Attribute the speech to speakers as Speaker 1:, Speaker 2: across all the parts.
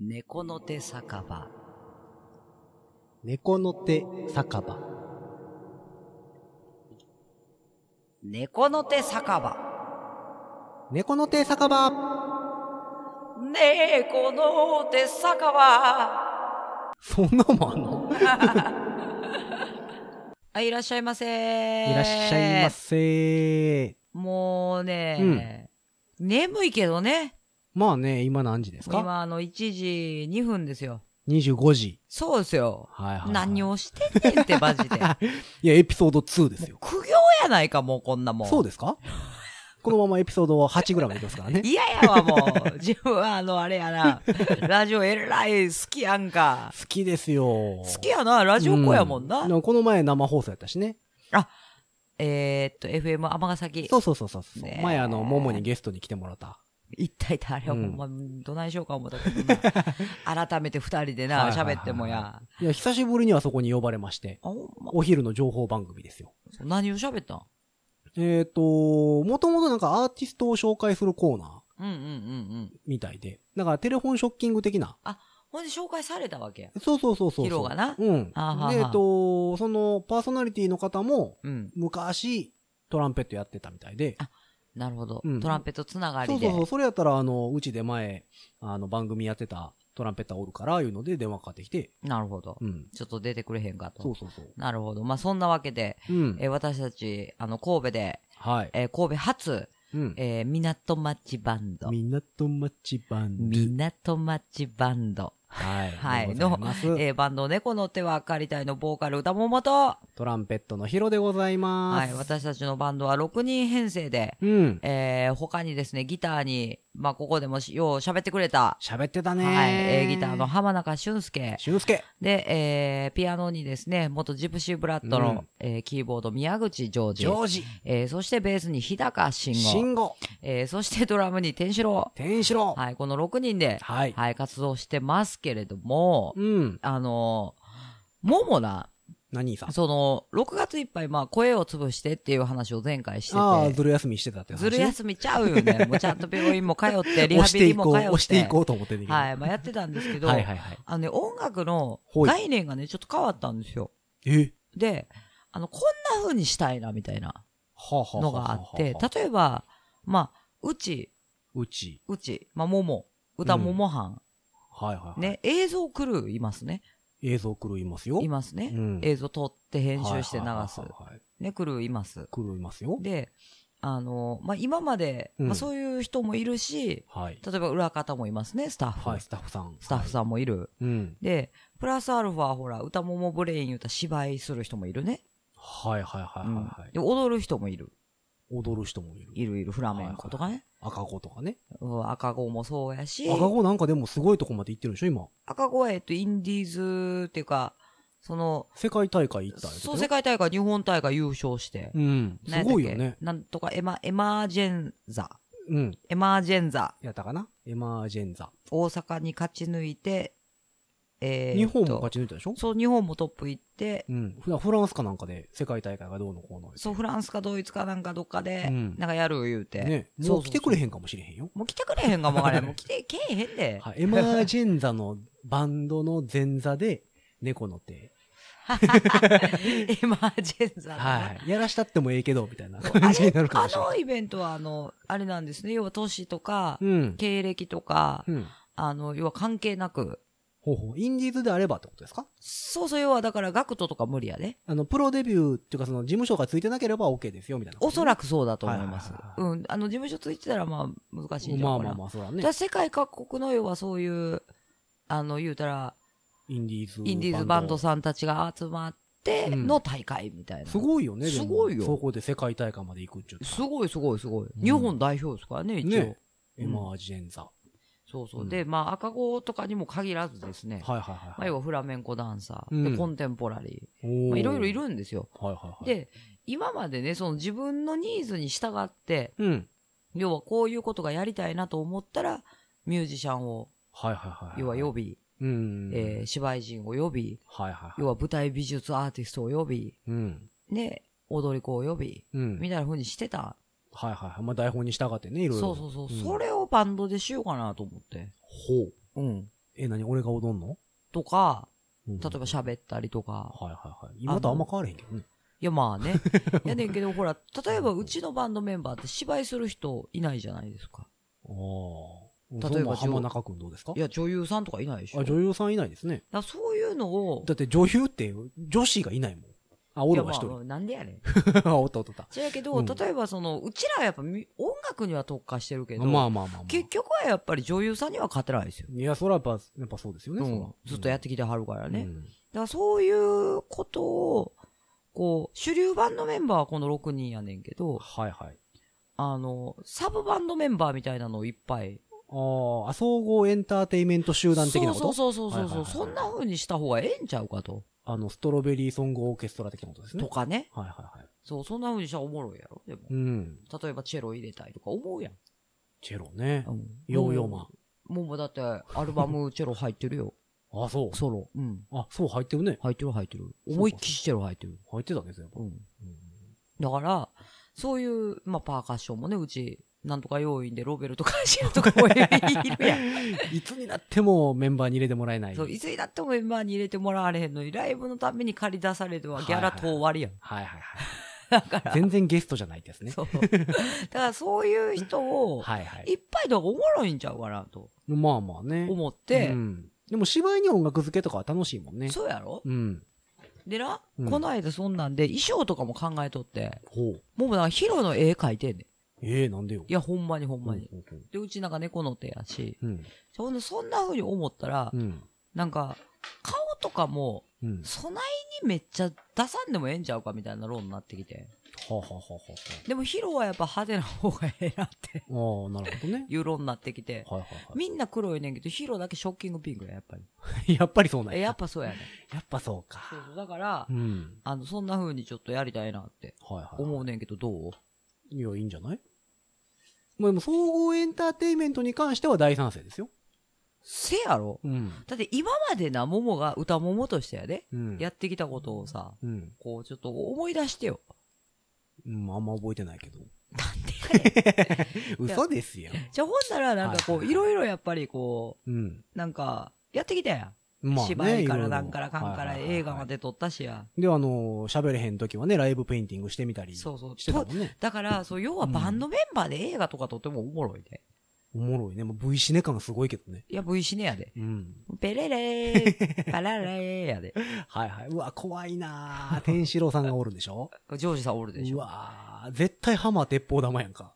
Speaker 1: 猫の手酒場
Speaker 2: 猫の手酒場
Speaker 1: 猫の手酒場
Speaker 2: 猫の手酒場
Speaker 1: 猫の手酒場
Speaker 2: そんなもんあんの
Speaker 1: はい、いらっしゃいませ
Speaker 2: いらっしゃいませ
Speaker 1: もうね、眠いけどね。
Speaker 2: まあね、今何時ですか
Speaker 1: 今、あの、1時2分ですよ。
Speaker 2: ?25 時。
Speaker 1: そうですよ。
Speaker 2: はいはい、
Speaker 1: 何をしてんねんって、マジ で。も
Speaker 2: いや、エピソード2です
Speaker 1: う
Speaker 2: よ。
Speaker 1: 苦行やないか、もうこんなもん。
Speaker 2: そうですかこのままエピソード8ぐらいまでいきますからね。
Speaker 1: 嫌やわ、もう。 自分は、あの、あれやな。 ラジオえらい好きやんか。
Speaker 2: 好きですよ。好
Speaker 1: 好きやな、ラジオ子やもんな。
Speaker 2: この前生放送やったしね。
Speaker 1: えーっと、FM 尼崎。
Speaker 2: そうそうそうそうそう。
Speaker 1: ねえ
Speaker 2: 前あの、ももにゲストに来てもらった。
Speaker 1: 一体誰あれは
Speaker 2: う
Speaker 1: ほ
Speaker 2: ん
Speaker 1: んま、どないしようか思ったけど な。改めて二人でな、
Speaker 2: はいはいはい
Speaker 1: 喋ってもや。
Speaker 2: いや、久しぶりにあそこに呼ばれまして。
Speaker 1: あ、ほんま。
Speaker 2: お昼の情報番組ですよ。
Speaker 1: 何を喋ったん
Speaker 2: えっ、と、もともとなんかアーティストを紹介するコーナー
Speaker 1: うんうんうんうん。
Speaker 2: みたいで。だからテレフォンショッキング的な。
Speaker 1: ほんで紹介されたわけや。
Speaker 2: そうそうそうそうそう。
Speaker 1: ヒロがな
Speaker 2: うん。
Speaker 1: あはは
Speaker 2: で、えっ、と、そのパーソナリティの方も
Speaker 1: うん。
Speaker 2: 昔トランペットやってたみたいで。
Speaker 1: あなるほど。
Speaker 2: うん
Speaker 1: トランペットつなが
Speaker 2: そ
Speaker 1: り
Speaker 2: う
Speaker 1: で。
Speaker 2: そうそう。それやったら、あの、うちで前、あの、番組やってたトランペッターおるから、いうので電話かかってきて。
Speaker 1: なるほど。
Speaker 2: うん。
Speaker 1: ちょっと出てくれへんかと。
Speaker 2: そうそうそう。
Speaker 1: なるほど。まあ、そんなわけで、
Speaker 2: うん
Speaker 1: え。ー私たち、あの、神戸で、
Speaker 2: はい。
Speaker 1: えー神戸初、
Speaker 2: うん。
Speaker 1: えー港町バンド。
Speaker 2: 港町バンド。
Speaker 1: 港町バンド。
Speaker 2: はい。
Speaker 1: はい
Speaker 2: でございます
Speaker 1: えーバンド猫の手は借りたいのボーカル歌ももと。
Speaker 2: トランペットのヒロでございま
Speaker 1: は
Speaker 2: す。
Speaker 1: い。私たちのバンドは6人編成で、
Speaker 2: うん。
Speaker 1: えー他にですね、ギターに、まあ、ここでもしよう喋ってくれた、
Speaker 2: 喋ってたね
Speaker 1: はい。えーギターの浜中俊介。
Speaker 2: 俊介。
Speaker 1: で、えーピアノにですね、元ジプシーブラッドの、
Speaker 2: うん
Speaker 1: えーキーボード宮口ジョージ。
Speaker 2: ジョージ。
Speaker 1: えーそしてベースに日高慎吾。
Speaker 2: 慎吾。
Speaker 1: えーそしてドラムに天志郎。
Speaker 2: 天志郎。
Speaker 1: はい。この6人で、
Speaker 2: はい。
Speaker 1: はい、活動してますけれども、
Speaker 2: うん。
Speaker 1: あのーももな、
Speaker 2: 何さん。
Speaker 1: その、6月いっぱい、まあ、声を潰してっていう話を前回して
Speaker 2: ああ、
Speaker 1: て、
Speaker 2: ずる休みしてたって話。
Speaker 1: ずる休みちゃうよ ね。もうちゃんと病院も通って、リハ
Speaker 2: 押し
Speaker 1: ビ
Speaker 2: て
Speaker 1: リ
Speaker 2: いこ
Speaker 1: も
Speaker 2: う、
Speaker 1: 通って。
Speaker 2: 押していこうと思ってんねんけど
Speaker 1: はい、まあ、やってたんですけど、
Speaker 2: はいはいはい。
Speaker 1: あのね、音楽の
Speaker 2: ほい
Speaker 1: 概念がね、ちょっと変わったんですよ。
Speaker 2: え
Speaker 1: で、あの、こんな風にしたいな、みたいな
Speaker 2: はあはあ
Speaker 1: のがあって、
Speaker 2: た、
Speaker 1: 例えば、まあ、うち、
Speaker 2: うち。
Speaker 1: うち、まあ、もも、歌ももはん、
Speaker 2: はいはいはい。
Speaker 1: ね、映像クルーいますね。
Speaker 2: 映像狂いますよ。
Speaker 1: いますね。
Speaker 2: うん
Speaker 1: 映像撮って編集して流
Speaker 2: はいはい
Speaker 1: す
Speaker 2: は。いはい。
Speaker 1: ね、クルーいます。
Speaker 2: 狂いますよ。
Speaker 1: で、あの、まあ、今まで、
Speaker 2: うん
Speaker 1: まあ、そういう人もいるし、
Speaker 2: はい。
Speaker 1: 例えば裏方もいますね、スタッフ。
Speaker 2: はい、スタッフさん。
Speaker 1: スタッフさんもいる。
Speaker 2: ん。うん。
Speaker 1: で、プラスアルファ、ほら、歌ももブレイン言うたら芝居する人もいるね。
Speaker 2: はいはいはいはいは
Speaker 1: うん
Speaker 2: い
Speaker 1: で、。踊る人もいる。
Speaker 2: 踊る人もいる。
Speaker 1: いるいる、フラメンコとかね。
Speaker 2: 赤子とかね。
Speaker 1: うん赤子もそうやし、
Speaker 2: 赤子なんかでもすごいとこまで行ってるでしょ、今。
Speaker 1: 赤子は、えっと、インディーズっていうか、その、
Speaker 2: 世界大会行ったやつだよ
Speaker 1: そう、世界大会、日本大会優勝して。
Speaker 2: うん。
Speaker 1: 何やった
Speaker 2: す
Speaker 1: っ
Speaker 2: ご
Speaker 1: け
Speaker 2: いよね。
Speaker 1: なんとかエマ、エマージェンザ。
Speaker 2: うん。
Speaker 1: エマージェンザ。
Speaker 2: やったかなエマージェンザ。
Speaker 1: 大阪に勝ち抜いて、えーっと
Speaker 2: 日本も勝ち抜いたでしょ
Speaker 1: そう、日本もトップ行って、
Speaker 2: うん。フラフランスかなんかで世界大会がどうのこうの。
Speaker 1: そう、フランスかドイツかなんかどっかで、
Speaker 2: うん
Speaker 1: なんかやる言うて。
Speaker 2: ね。
Speaker 1: そ
Speaker 2: も
Speaker 1: う
Speaker 2: う
Speaker 1: そう
Speaker 2: 来てくれへんかもしれへんよ。
Speaker 1: もう来てくれへんがもわからへん。もう来てけえへん で。
Speaker 2: はい。エマージェンザのバンドの前座で猫の手。
Speaker 1: エマージェンザのな
Speaker 2: はい。やらしたってもええけど、みたいな感じになるか
Speaker 1: あ
Speaker 2: もしれな
Speaker 1: の
Speaker 2: い。
Speaker 1: イベントは、あの、あれなんですね。要は都市とか、
Speaker 2: うん。
Speaker 1: 経歴とか、
Speaker 2: うん。
Speaker 1: あの、要は関係なく。
Speaker 2: ほうほう。インディーズであればってことですか
Speaker 1: そうそう、要はだから、ガクトとか無理やで。
Speaker 2: あの、プロデビューっていうかその事務所がついてなければ OK ですよ、みたいな。
Speaker 1: おそらくそうだと思います
Speaker 2: はいはいは。い
Speaker 1: うん。あの、事務所ついてたら、まあ、難しいんじゃ
Speaker 2: ま
Speaker 1: な
Speaker 2: あ
Speaker 1: いか
Speaker 2: まあ
Speaker 1: な。
Speaker 2: まあ、そら
Speaker 1: だ
Speaker 2: ね
Speaker 1: から。世界各国の、要はそういう、あの、言うたら、
Speaker 2: インディーズ。
Speaker 1: インディーズバンドさんたちが集まって
Speaker 2: うん
Speaker 1: の大会みたいな。
Speaker 2: すごいよね、でも
Speaker 1: すごいよ
Speaker 2: そこで世界大会まで行くっちゅうたら
Speaker 1: すごいすごいすごい。
Speaker 2: うん
Speaker 1: 日本代表ですからね、一応
Speaker 2: ね。エマージェンザ。
Speaker 1: そうそう。
Speaker 2: うん
Speaker 1: で、まあ、赤子とかにも限らずですね。
Speaker 2: はいはいはい
Speaker 1: まあ、
Speaker 2: はい。
Speaker 1: 要はフラメンコダンサー、
Speaker 2: うん
Speaker 1: でコンテンポラリー、
Speaker 2: お
Speaker 1: ま
Speaker 2: ー
Speaker 1: あ、いろいろい。るんですよ。
Speaker 2: はいはいはい。、
Speaker 1: で、今までね、その自分のニーズに従って、
Speaker 2: うん。
Speaker 1: 要はこういうことがやりたいなと思ったら、ミュージシャンを、
Speaker 2: はいはいはい。
Speaker 1: 要は呼び、
Speaker 2: うん。
Speaker 1: えー芝居人を呼び、
Speaker 2: はいはい
Speaker 1: 要
Speaker 2: は
Speaker 1: は舞台美術アーティストを呼び、
Speaker 2: い。うん。
Speaker 1: ね、踊り子を呼び、
Speaker 2: うん。
Speaker 1: みたいな風にしてた。
Speaker 2: はいはいはい。まあ台本に従ってね、いろいろ。
Speaker 1: そうそうそう。
Speaker 2: ん
Speaker 1: そ。れをバンドでしようかなと思って。
Speaker 2: ほう。
Speaker 1: うん。
Speaker 2: え、何俺が踊んの
Speaker 1: とか、
Speaker 2: 例
Speaker 1: 例
Speaker 2: え
Speaker 1: えば喋ったりとか。
Speaker 2: はいはいはい。今とあんま変われへんけどね。
Speaker 1: いやまあ ね。いやねんけど、ほら、例えばうちのバンドメンバーって芝居する人いないじゃないですか。
Speaker 2: ああ。
Speaker 1: 例
Speaker 2: 例
Speaker 1: え
Speaker 2: え
Speaker 1: ば
Speaker 2: ば浜中君どうですか
Speaker 1: いや、女優さんとかいないでしょ。
Speaker 2: あ、女優さんいないですね。
Speaker 1: だからそういうのを、
Speaker 2: だって女優って女子がいないもん。あ、おるわ
Speaker 1: い
Speaker 2: 一
Speaker 1: やまあ
Speaker 2: 人。
Speaker 1: なんでやね ん。
Speaker 2: あ、おったおったおった。
Speaker 1: じゃやけど、
Speaker 2: うん
Speaker 1: 例えばその、うちらはやっぱみ音楽には特化してるけど、
Speaker 2: まあまあまあまあ。
Speaker 1: 結局はやっぱり女優さんには勝てないですよ。
Speaker 2: いや、そらやっぱ、やっぱそうですよね。
Speaker 1: うんずっとやってきてはるから
Speaker 2: た
Speaker 1: ね。だ
Speaker 2: ね。
Speaker 1: からそういうことを、こう、主流バンドメンバーはこの6人やねんけど、
Speaker 2: はいはい。
Speaker 1: あの、サブバンドメンバーみたいなのをいっぱい。
Speaker 2: ああ、総合エンターテイメント集団的なこと
Speaker 1: そうそうそうそうそう、
Speaker 2: はいはいはい
Speaker 1: そんな風にした方がええんちゃうかと。
Speaker 2: あの、ストロベリーソングオーケストラ的なことですね。
Speaker 1: とかね。
Speaker 2: はいはいはい。
Speaker 1: そう、そんな風にしたらおもろいやろ。でも、
Speaker 2: うん。
Speaker 1: 例えばチェロ入れたりとか思うやん。
Speaker 2: チェロね。
Speaker 1: うん
Speaker 2: ヨーヨーマ
Speaker 1: もうもうだって、アルバムチェロ入ってる よ。
Speaker 2: ン。あ、そ
Speaker 1: ソロ。うん。
Speaker 2: う。あ、そう、入ってるね。
Speaker 1: 入ってる入ってる。
Speaker 2: か
Speaker 1: 思いっきりチェロ入ってる。
Speaker 2: 入ってたね、全部。
Speaker 1: うん。だから、そういう、まあ、パーカッションもね、うち、なんとか要員でロベルとかシェルとかもい るやん。
Speaker 2: いつになってもメンバーに入れてもらえない。
Speaker 1: そう、いつになってもメンバーに入れてもらわれへんのに、ライブのために借り出されるのはギャラ当割やん。
Speaker 2: はいはいはい。全然ゲストじゃないってやつね。
Speaker 1: そう。だからそういう人を、
Speaker 2: はいはい。
Speaker 1: いっぱいの方がおもろいんちゃうかなと
Speaker 2: まあまあね。
Speaker 1: 思っ
Speaker 2: う
Speaker 1: て、
Speaker 2: んでも芝居に音楽付けとかは楽しいもんね。
Speaker 1: そうやろ
Speaker 2: うん。
Speaker 1: でな、
Speaker 2: うん
Speaker 1: この間そんなんで衣装とかも考えとって、
Speaker 2: ほう。
Speaker 1: もうなんかヒロの絵描いてんねん。
Speaker 2: ええなんでよ。
Speaker 1: いや、ほんまにほん
Speaker 2: ほ
Speaker 1: ま
Speaker 2: う
Speaker 1: に。
Speaker 2: ほうほう
Speaker 1: で、うちなんか猫の手やし、
Speaker 2: うん。
Speaker 1: ほんでそんな風に思ったら、
Speaker 2: うん。
Speaker 1: なんか、顔とかも、
Speaker 2: うん。は
Speaker 1: 備えにめっちゃ出さんでもええんちゃうかみたいな論になってきて。
Speaker 2: あはあはあは
Speaker 1: でもヒロはやっぱ派手な方がええなって
Speaker 2: あはあ。ああ、なるほどね。
Speaker 1: いう論になってきて。
Speaker 2: はいはい
Speaker 1: みんな黒いねんけど、ヒロだけショッキングピンクや、やっぱり。
Speaker 2: はい。 やっぱりそうなん
Speaker 1: え、
Speaker 2: や。
Speaker 1: や
Speaker 2: や
Speaker 1: っぱそうやねん。
Speaker 2: っぱそう
Speaker 1: そう
Speaker 2: か。
Speaker 1: そうだから
Speaker 2: う、ん。
Speaker 1: あの、そんな風にちょっとやりたいなって
Speaker 2: はいはい。
Speaker 1: 思うねんけど、どう
Speaker 2: いや、いいんじゃないまあでも、総合エンターテインメントに関しては大賛成ですよ。
Speaker 1: せやろ
Speaker 2: うん。
Speaker 1: だって今までな、ももが歌ももとしてやで、
Speaker 2: うん。
Speaker 1: やってきたことをさ、
Speaker 2: うん。
Speaker 1: こう、ちょっと思い出してよ。
Speaker 2: うん、あんま覚えてないけど。
Speaker 1: なんでやねん
Speaker 2: 嘘ですよ。
Speaker 1: じゃあほんなら、なんかこう、
Speaker 2: はい
Speaker 1: いろいろやっぱりこ
Speaker 2: うん。
Speaker 1: う、なんか、やってきたやん。
Speaker 2: まあね、
Speaker 1: 芝居から
Speaker 2: いろいろ
Speaker 1: なんからかんから
Speaker 2: はいはいはいはい
Speaker 1: 映画まで撮ったしや。
Speaker 2: で、あのー、喋れへん時はね、ライブペインティングしてみたりし
Speaker 1: そうそう。
Speaker 2: てた
Speaker 1: と
Speaker 2: もんね。
Speaker 1: だから、そう、要はバンドメンバーで映画とか撮ってもおもろいで。
Speaker 2: おもろいね。もう V シネ感すごいけどね。
Speaker 1: いや、V シネやで。
Speaker 2: うん。
Speaker 1: ペレレ ー、パラレーやで。
Speaker 2: はいはい。うわ、怖 いなぁ。天使郎さんがおるんでしょ
Speaker 1: ジョージさんおるでし
Speaker 2: う
Speaker 1: ょ。
Speaker 2: わぁ。絶対ハマー鉄砲玉やんか。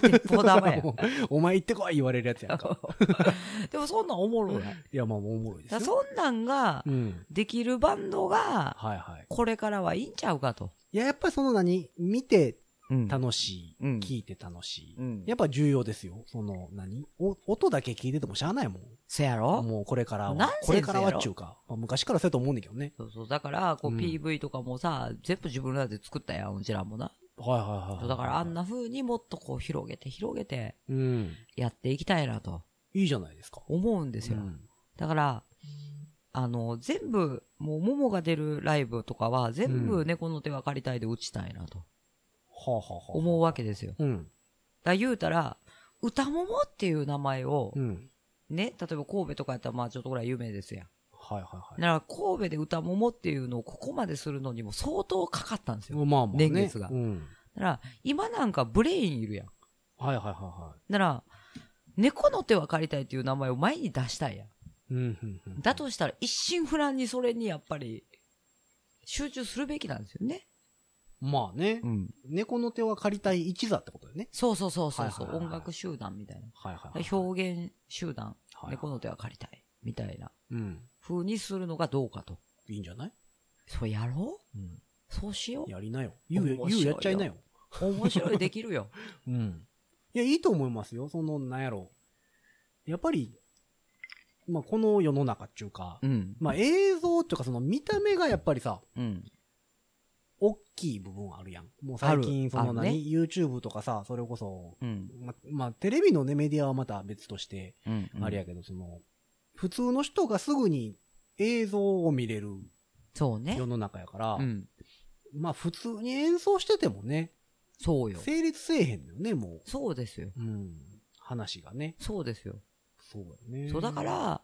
Speaker 1: 鉄砲玉や。
Speaker 2: お前行ってこい言われるやつや んか。
Speaker 1: でもそんなんおもろい。だか
Speaker 2: いや、まあ、おもろいです
Speaker 1: ら
Speaker 2: よ。
Speaker 1: そんなんが
Speaker 2: う、ん。
Speaker 1: できるバンドが、
Speaker 2: はいはい。
Speaker 1: これからはいいんちゃうかと。
Speaker 2: いや、やっぱりその何見て
Speaker 1: うん
Speaker 2: 楽しい。
Speaker 1: うん
Speaker 2: 聞いて楽しい。
Speaker 1: うん
Speaker 2: やっぱ重要ですよ。その何、お音だけ聞いててもしゃあないもん。
Speaker 1: せやろ
Speaker 2: もうこれから
Speaker 1: ナン
Speaker 2: は
Speaker 1: セン。ス
Speaker 2: これから
Speaker 1: や
Speaker 2: は
Speaker 1: ろ
Speaker 2: っちゅうか。まあ、昔からそうやと思うんだけどね。
Speaker 1: そうそう。だから、こう
Speaker 2: うん
Speaker 1: PV とかもさ、全部自分らで作ったやん、うちらもな。
Speaker 2: はいはいはい。
Speaker 1: そうだからあん。な風にもっとこう広げて広げて
Speaker 2: うん。
Speaker 1: やっていきたいなと
Speaker 2: いいじゃないですか。
Speaker 1: 思うんですよ。
Speaker 2: うん
Speaker 1: だから、あの、全部、もう、ももが出るライブとかは、全
Speaker 2: う
Speaker 1: 部
Speaker 2: ん
Speaker 1: 猫の手は借りたいで打ちたいなと
Speaker 2: はあはあはあ。
Speaker 1: 思うわけですよ。だか
Speaker 2: うん。
Speaker 1: ら言うたら、歌ももっていう名前を
Speaker 2: う、ん。
Speaker 1: ね、例えば神戸とかやったらまあちょっとぐらい有名ですやん。
Speaker 2: はいはい
Speaker 1: だから神戸で歌ももっていうのをここまでするのにも相当かかったんですよ。
Speaker 2: はい。まあまあね。
Speaker 1: 年月が
Speaker 2: うん。
Speaker 1: だから今なんかブレインいるやん。
Speaker 2: はいはいはいは
Speaker 1: だから猫の手は借りたいっていう名前を前に出したいやん。
Speaker 2: い。うん、うん、うん。
Speaker 1: だとしたら一心不乱にそれにやっぱり集中するべきなんですよね。
Speaker 2: まあね。
Speaker 1: ん。
Speaker 2: 猫の手は借りたい一座ってことだよね。
Speaker 1: そうそうそうそうそう、
Speaker 2: はいはいは
Speaker 1: 音
Speaker 2: い
Speaker 1: 楽集団みたいな。
Speaker 2: はいはいはい。
Speaker 1: 表現集団、
Speaker 2: はい
Speaker 1: 猫の手は借りたい、みたいな
Speaker 2: うん。
Speaker 1: 風にするのがどうかと。
Speaker 2: いいんじゃない
Speaker 1: そうやろ
Speaker 2: うん。
Speaker 1: うそうしよ
Speaker 2: やりなよ。ゆう、
Speaker 1: 面白いよ
Speaker 2: ゆうやっちゃいなよ。
Speaker 1: う。面白い、できるよ。
Speaker 2: うん。いや、いいと思いますよ。その、なんやろう。やっぱり、まあ、この世の中って いうか、
Speaker 1: うん。
Speaker 2: まあ、映像っていうか、その見た目がやっぱりさ、
Speaker 1: うん。
Speaker 2: 大きい部分あるやん。もう最近、そ
Speaker 1: あ
Speaker 2: の
Speaker 1: る
Speaker 2: 何、
Speaker 1: ね
Speaker 2: YouTube とかさ、それこそ、
Speaker 1: うん。
Speaker 2: ま、まあ、テレビのね、メディアはまた別として、
Speaker 1: うん。
Speaker 2: あれやけど、その、普通の人がすぐに映像を見れる
Speaker 1: そうね
Speaker 2: 世。の中やから、
Speaker 1: うん。
Speaker 2: まあ普通に演奏しててもね、
Speaker 1: そうよ。
Speaker 2: 成立せえへんのよね、も
Speaker 1: そうですよ。
Speaker 2: う。うん。話がね。
Speaker 1: そうですよ。
Speaker 2: そうだよね。
Speaker 1: そうだか、ら、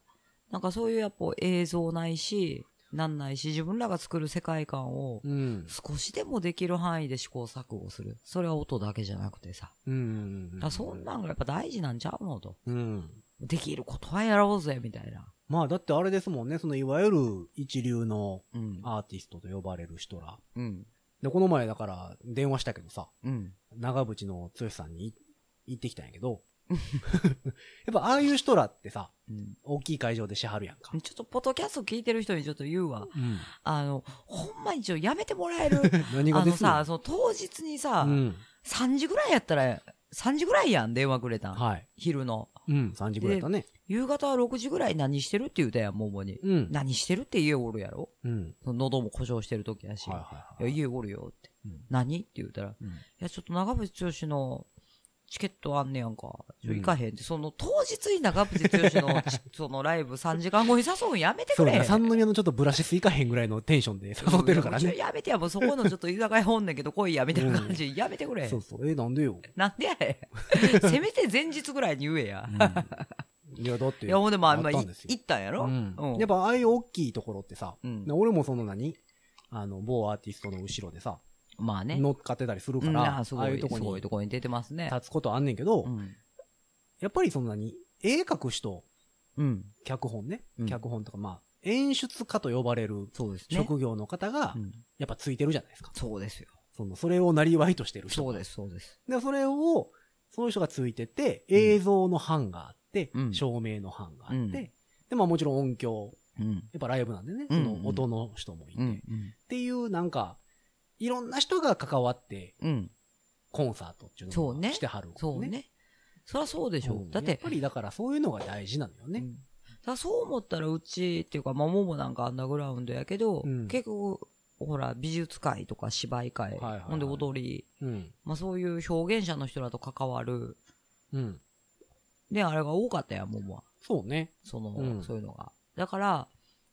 Speaker 1: なんかそういうやっぱ映像ないし、なんないし、自分らが作る世界観を
Speaker 2: うん。
Speaker 1: 少しでもできる範囲で試行錯誤する。それは音だけじゃなくてさ。
Speaker 2: うん。
Speaker 1: だからそんなんがやっぱ大事なんちゃうのと。
Speaker 2: うん。
Speaker 1: できることはやろうぜ、みたいな。
Speaker 2: まあ、だってあれですもんね、そのいわゆる一流の
Speaker 1: うん。
Speaker 2: アーティストと呼ばれる人ら。
Speaker 1: うん。
Speaker 2: で、この前だから電話したけどさ、
Speaker 1: うん。
Speaker 2: 長渕の剛さんに行ってきたんやけど、やっぱああいう人らってさ、
Speaker 1: うん。
Speaker 2: 大きい会場でしはるやんか。
Speaker 1: ちょっとポッドキャスト聞いてる人にちょっと言うわ。
Speaker 2: うん。
Speaker 1: あの、ほんまにちょ、やめてもらえる。
Speaker 2: 何が
Speaker 1: あ
Speaker 2: で
Speaker 1: の
Speaker 2: すの
Speaker 1: さ、その当日にさ、
Speaker 2: うん。
Speaker 1: 3時ぐらいやったら、3時ぐらいやん、電話くれたん。
Speaker 2: はい。
Speaker 1: 昼の。
Speaker 2: うん。3時ぐらいだね。
Speaker 1: 夕方は6時ぐらい何してるって言うたやん、桃に。
Speaker 2: うん。
Speaker 1: 何してるって家おるやろ
Speaker 2: うん。
Speaker 1: その喉も故障してる時やし。
Speaker 2: はいはい
Speaker 1: い
Speaker 2: は
Speaker 1: や、
Speaker 2: い。
Speaker 1: 家おるよって。
Speaker 2: うん
Speaker 1: 何って言うたら、い
Speaker 2: うん
Speaker 1: や、ちょっと長渕剛のチケットあんねやんか。ちょ、行かへんって、その当日に長渕剛の ち、そのライブ3時間後に誘うんやめて
Speaker 2: そ
Speaker 1: く
Speaker 2: う
Speaker 1: れ。
Speaker 2: だ、三宮のちょっとブラシスいかへんぐらいのテンションで誘ってるから
Speaker 1: いやもう
Speaker 2: ね。
Speaker 1: ちょやめてや、もうそこのちょっと居酒屋本ねんけど来いや、みたいな感じ。やめてくれ
Speaker 2: そ。うそう。え、なんでよ。
Speaker 1: なんでやれ。 せめて前日ぐらいに言えや。
Speaker 2: いや、だって。
Speaker 1: いや、ほんで、まあ、
Speaker 2: っ
Speaker 1: まあ、い
Speaker 2: たんですよ
Speaker 1: 行ったんやろ
Speaker 2: うん
Speaker 1: うん
Speaker 2: やっぱああいう大きいところってさ、
Speaker 1: うん
Speaker 2: 俺もその何あの、某アーティストの後ろでさ、
Speaker 1: まあね。
Speaker 2: 乗っかってたりするか
Speaker 1: うん
Speaker 2: ら、
Speaker 1: あす
Speaker 2: あ
Speaker 1: ご
Speaker 2: あいう
Speaker 1: い、
Speaker 2: とこ
Speaker 1: すごい
Speaker 2: に
Speaker 1: とこに出てますね。
Speaker 2: 立つことあんねんけど、
Speaker 1: うん。
Speaker 2: やっぱりその何絵描く人、
Speaker 1: うん。
Speaker 2: 脚本ね、
Speaker 1: うん
Speaker 2: 脚本とかまあ、演出家と呼ばれる
Speaker 1: そうですね。
Speaker 2: 職業の方が
Speaker 1: う、ん
Speaker 2: やっぱついてるじゃないですか。
Speaker 1: そうですよ。
Speaker 2: その、それをなりわいとしてる人。
Speaker 1: そうです、そうです。
Speaker 2: で、それを、そういう人がついてて、
Speaker 1: うん
Speaker 2: 映像の班があって、
Speaker 1: うん
Speaker 2: 照明の班があって、
Speaker 1: うん
Speaker 2: で、まあもちろん音響、
Speaker 1: うん。
Speaker 2: やっぱライブなんでね、
Speaker 1: うん
Speaker 2: その音の人もいて、
Speaker 1: う
Speaker 2: っ
Speaker 1: ん。
Speaker 2: ていうなんか、いろんな人が関わって、
Speaker 1: うん。
Speaker 2: コンサートっていうの
Speaker 1: そ
Speaker 2: を
Speaker 1: うね
Speaker 2: してはるもん
Speaker 1: そうね。そりゃそうでし
Speaker 2: う
Speaker 1: ょ
Speaker 2: ん。
Speaker 1: だっ、
Speaker 2: やってぱりだからそういうのが大事なのよ
Speaker 1: う
Speaker 2: ね。
Speaker 1: んだからそう思ったらうちっていうか、まあ、ももなんかアンダーグラウンドやけど、
Speaker 2: うん
Speaker 1: 結構、ほら、美術界とか芝居界、
Speaker 2: いはいはい
Speaker 1: ほんで踊り、
Speaker 2: うん。
Speaker 1: まあそういう表現者の人らと関わる、
Speaker 2: うん。
Speaker 1: ね、あれが多かったやん、ももは。
Speaker 2: そうね。
Speaker 1: その、
Speaker 2: うん
Speaker 1: そういうのが。だから、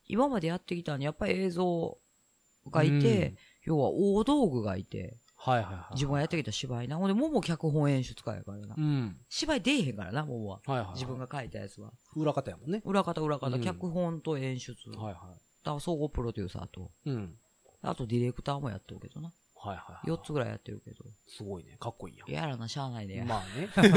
Speaker 1: 今までやってきたのに、やっぱり映像がいて、
Speaker 2: うん
Speaker 1: 要は大道具がいて、
Speaker 2: はいはいはい。
Speaker 1: 自分がやってきた芝居な。ほんで、もも脚本演出家やからな。
Speaker 2: うん。
Speaker 1: 芝居出えへんからな、ももは。
Speaker 2: はいはいはい。
Speaker 1: 自分が書いたやつは。
Speaker 2: 裏方やもんね。
Speaker 1: 裏方、裏方、
Speaker 2: うん
Speaker 1: 脚本と演出。だ
Speaker 2: はいは
Speaker 1: から総合プロデューサーと。
Speaker 2: い。うん。
Speaker 1: あとディレクターもやってるけどな。
Speaker 2: はいはい。
Speaker 1: 4つ。ぐらいやってるけど。
Speaker 2: すごいね。かっこいいやん。
Speaker 1: やらな、しゃあないね。
Speaker 2: まあね。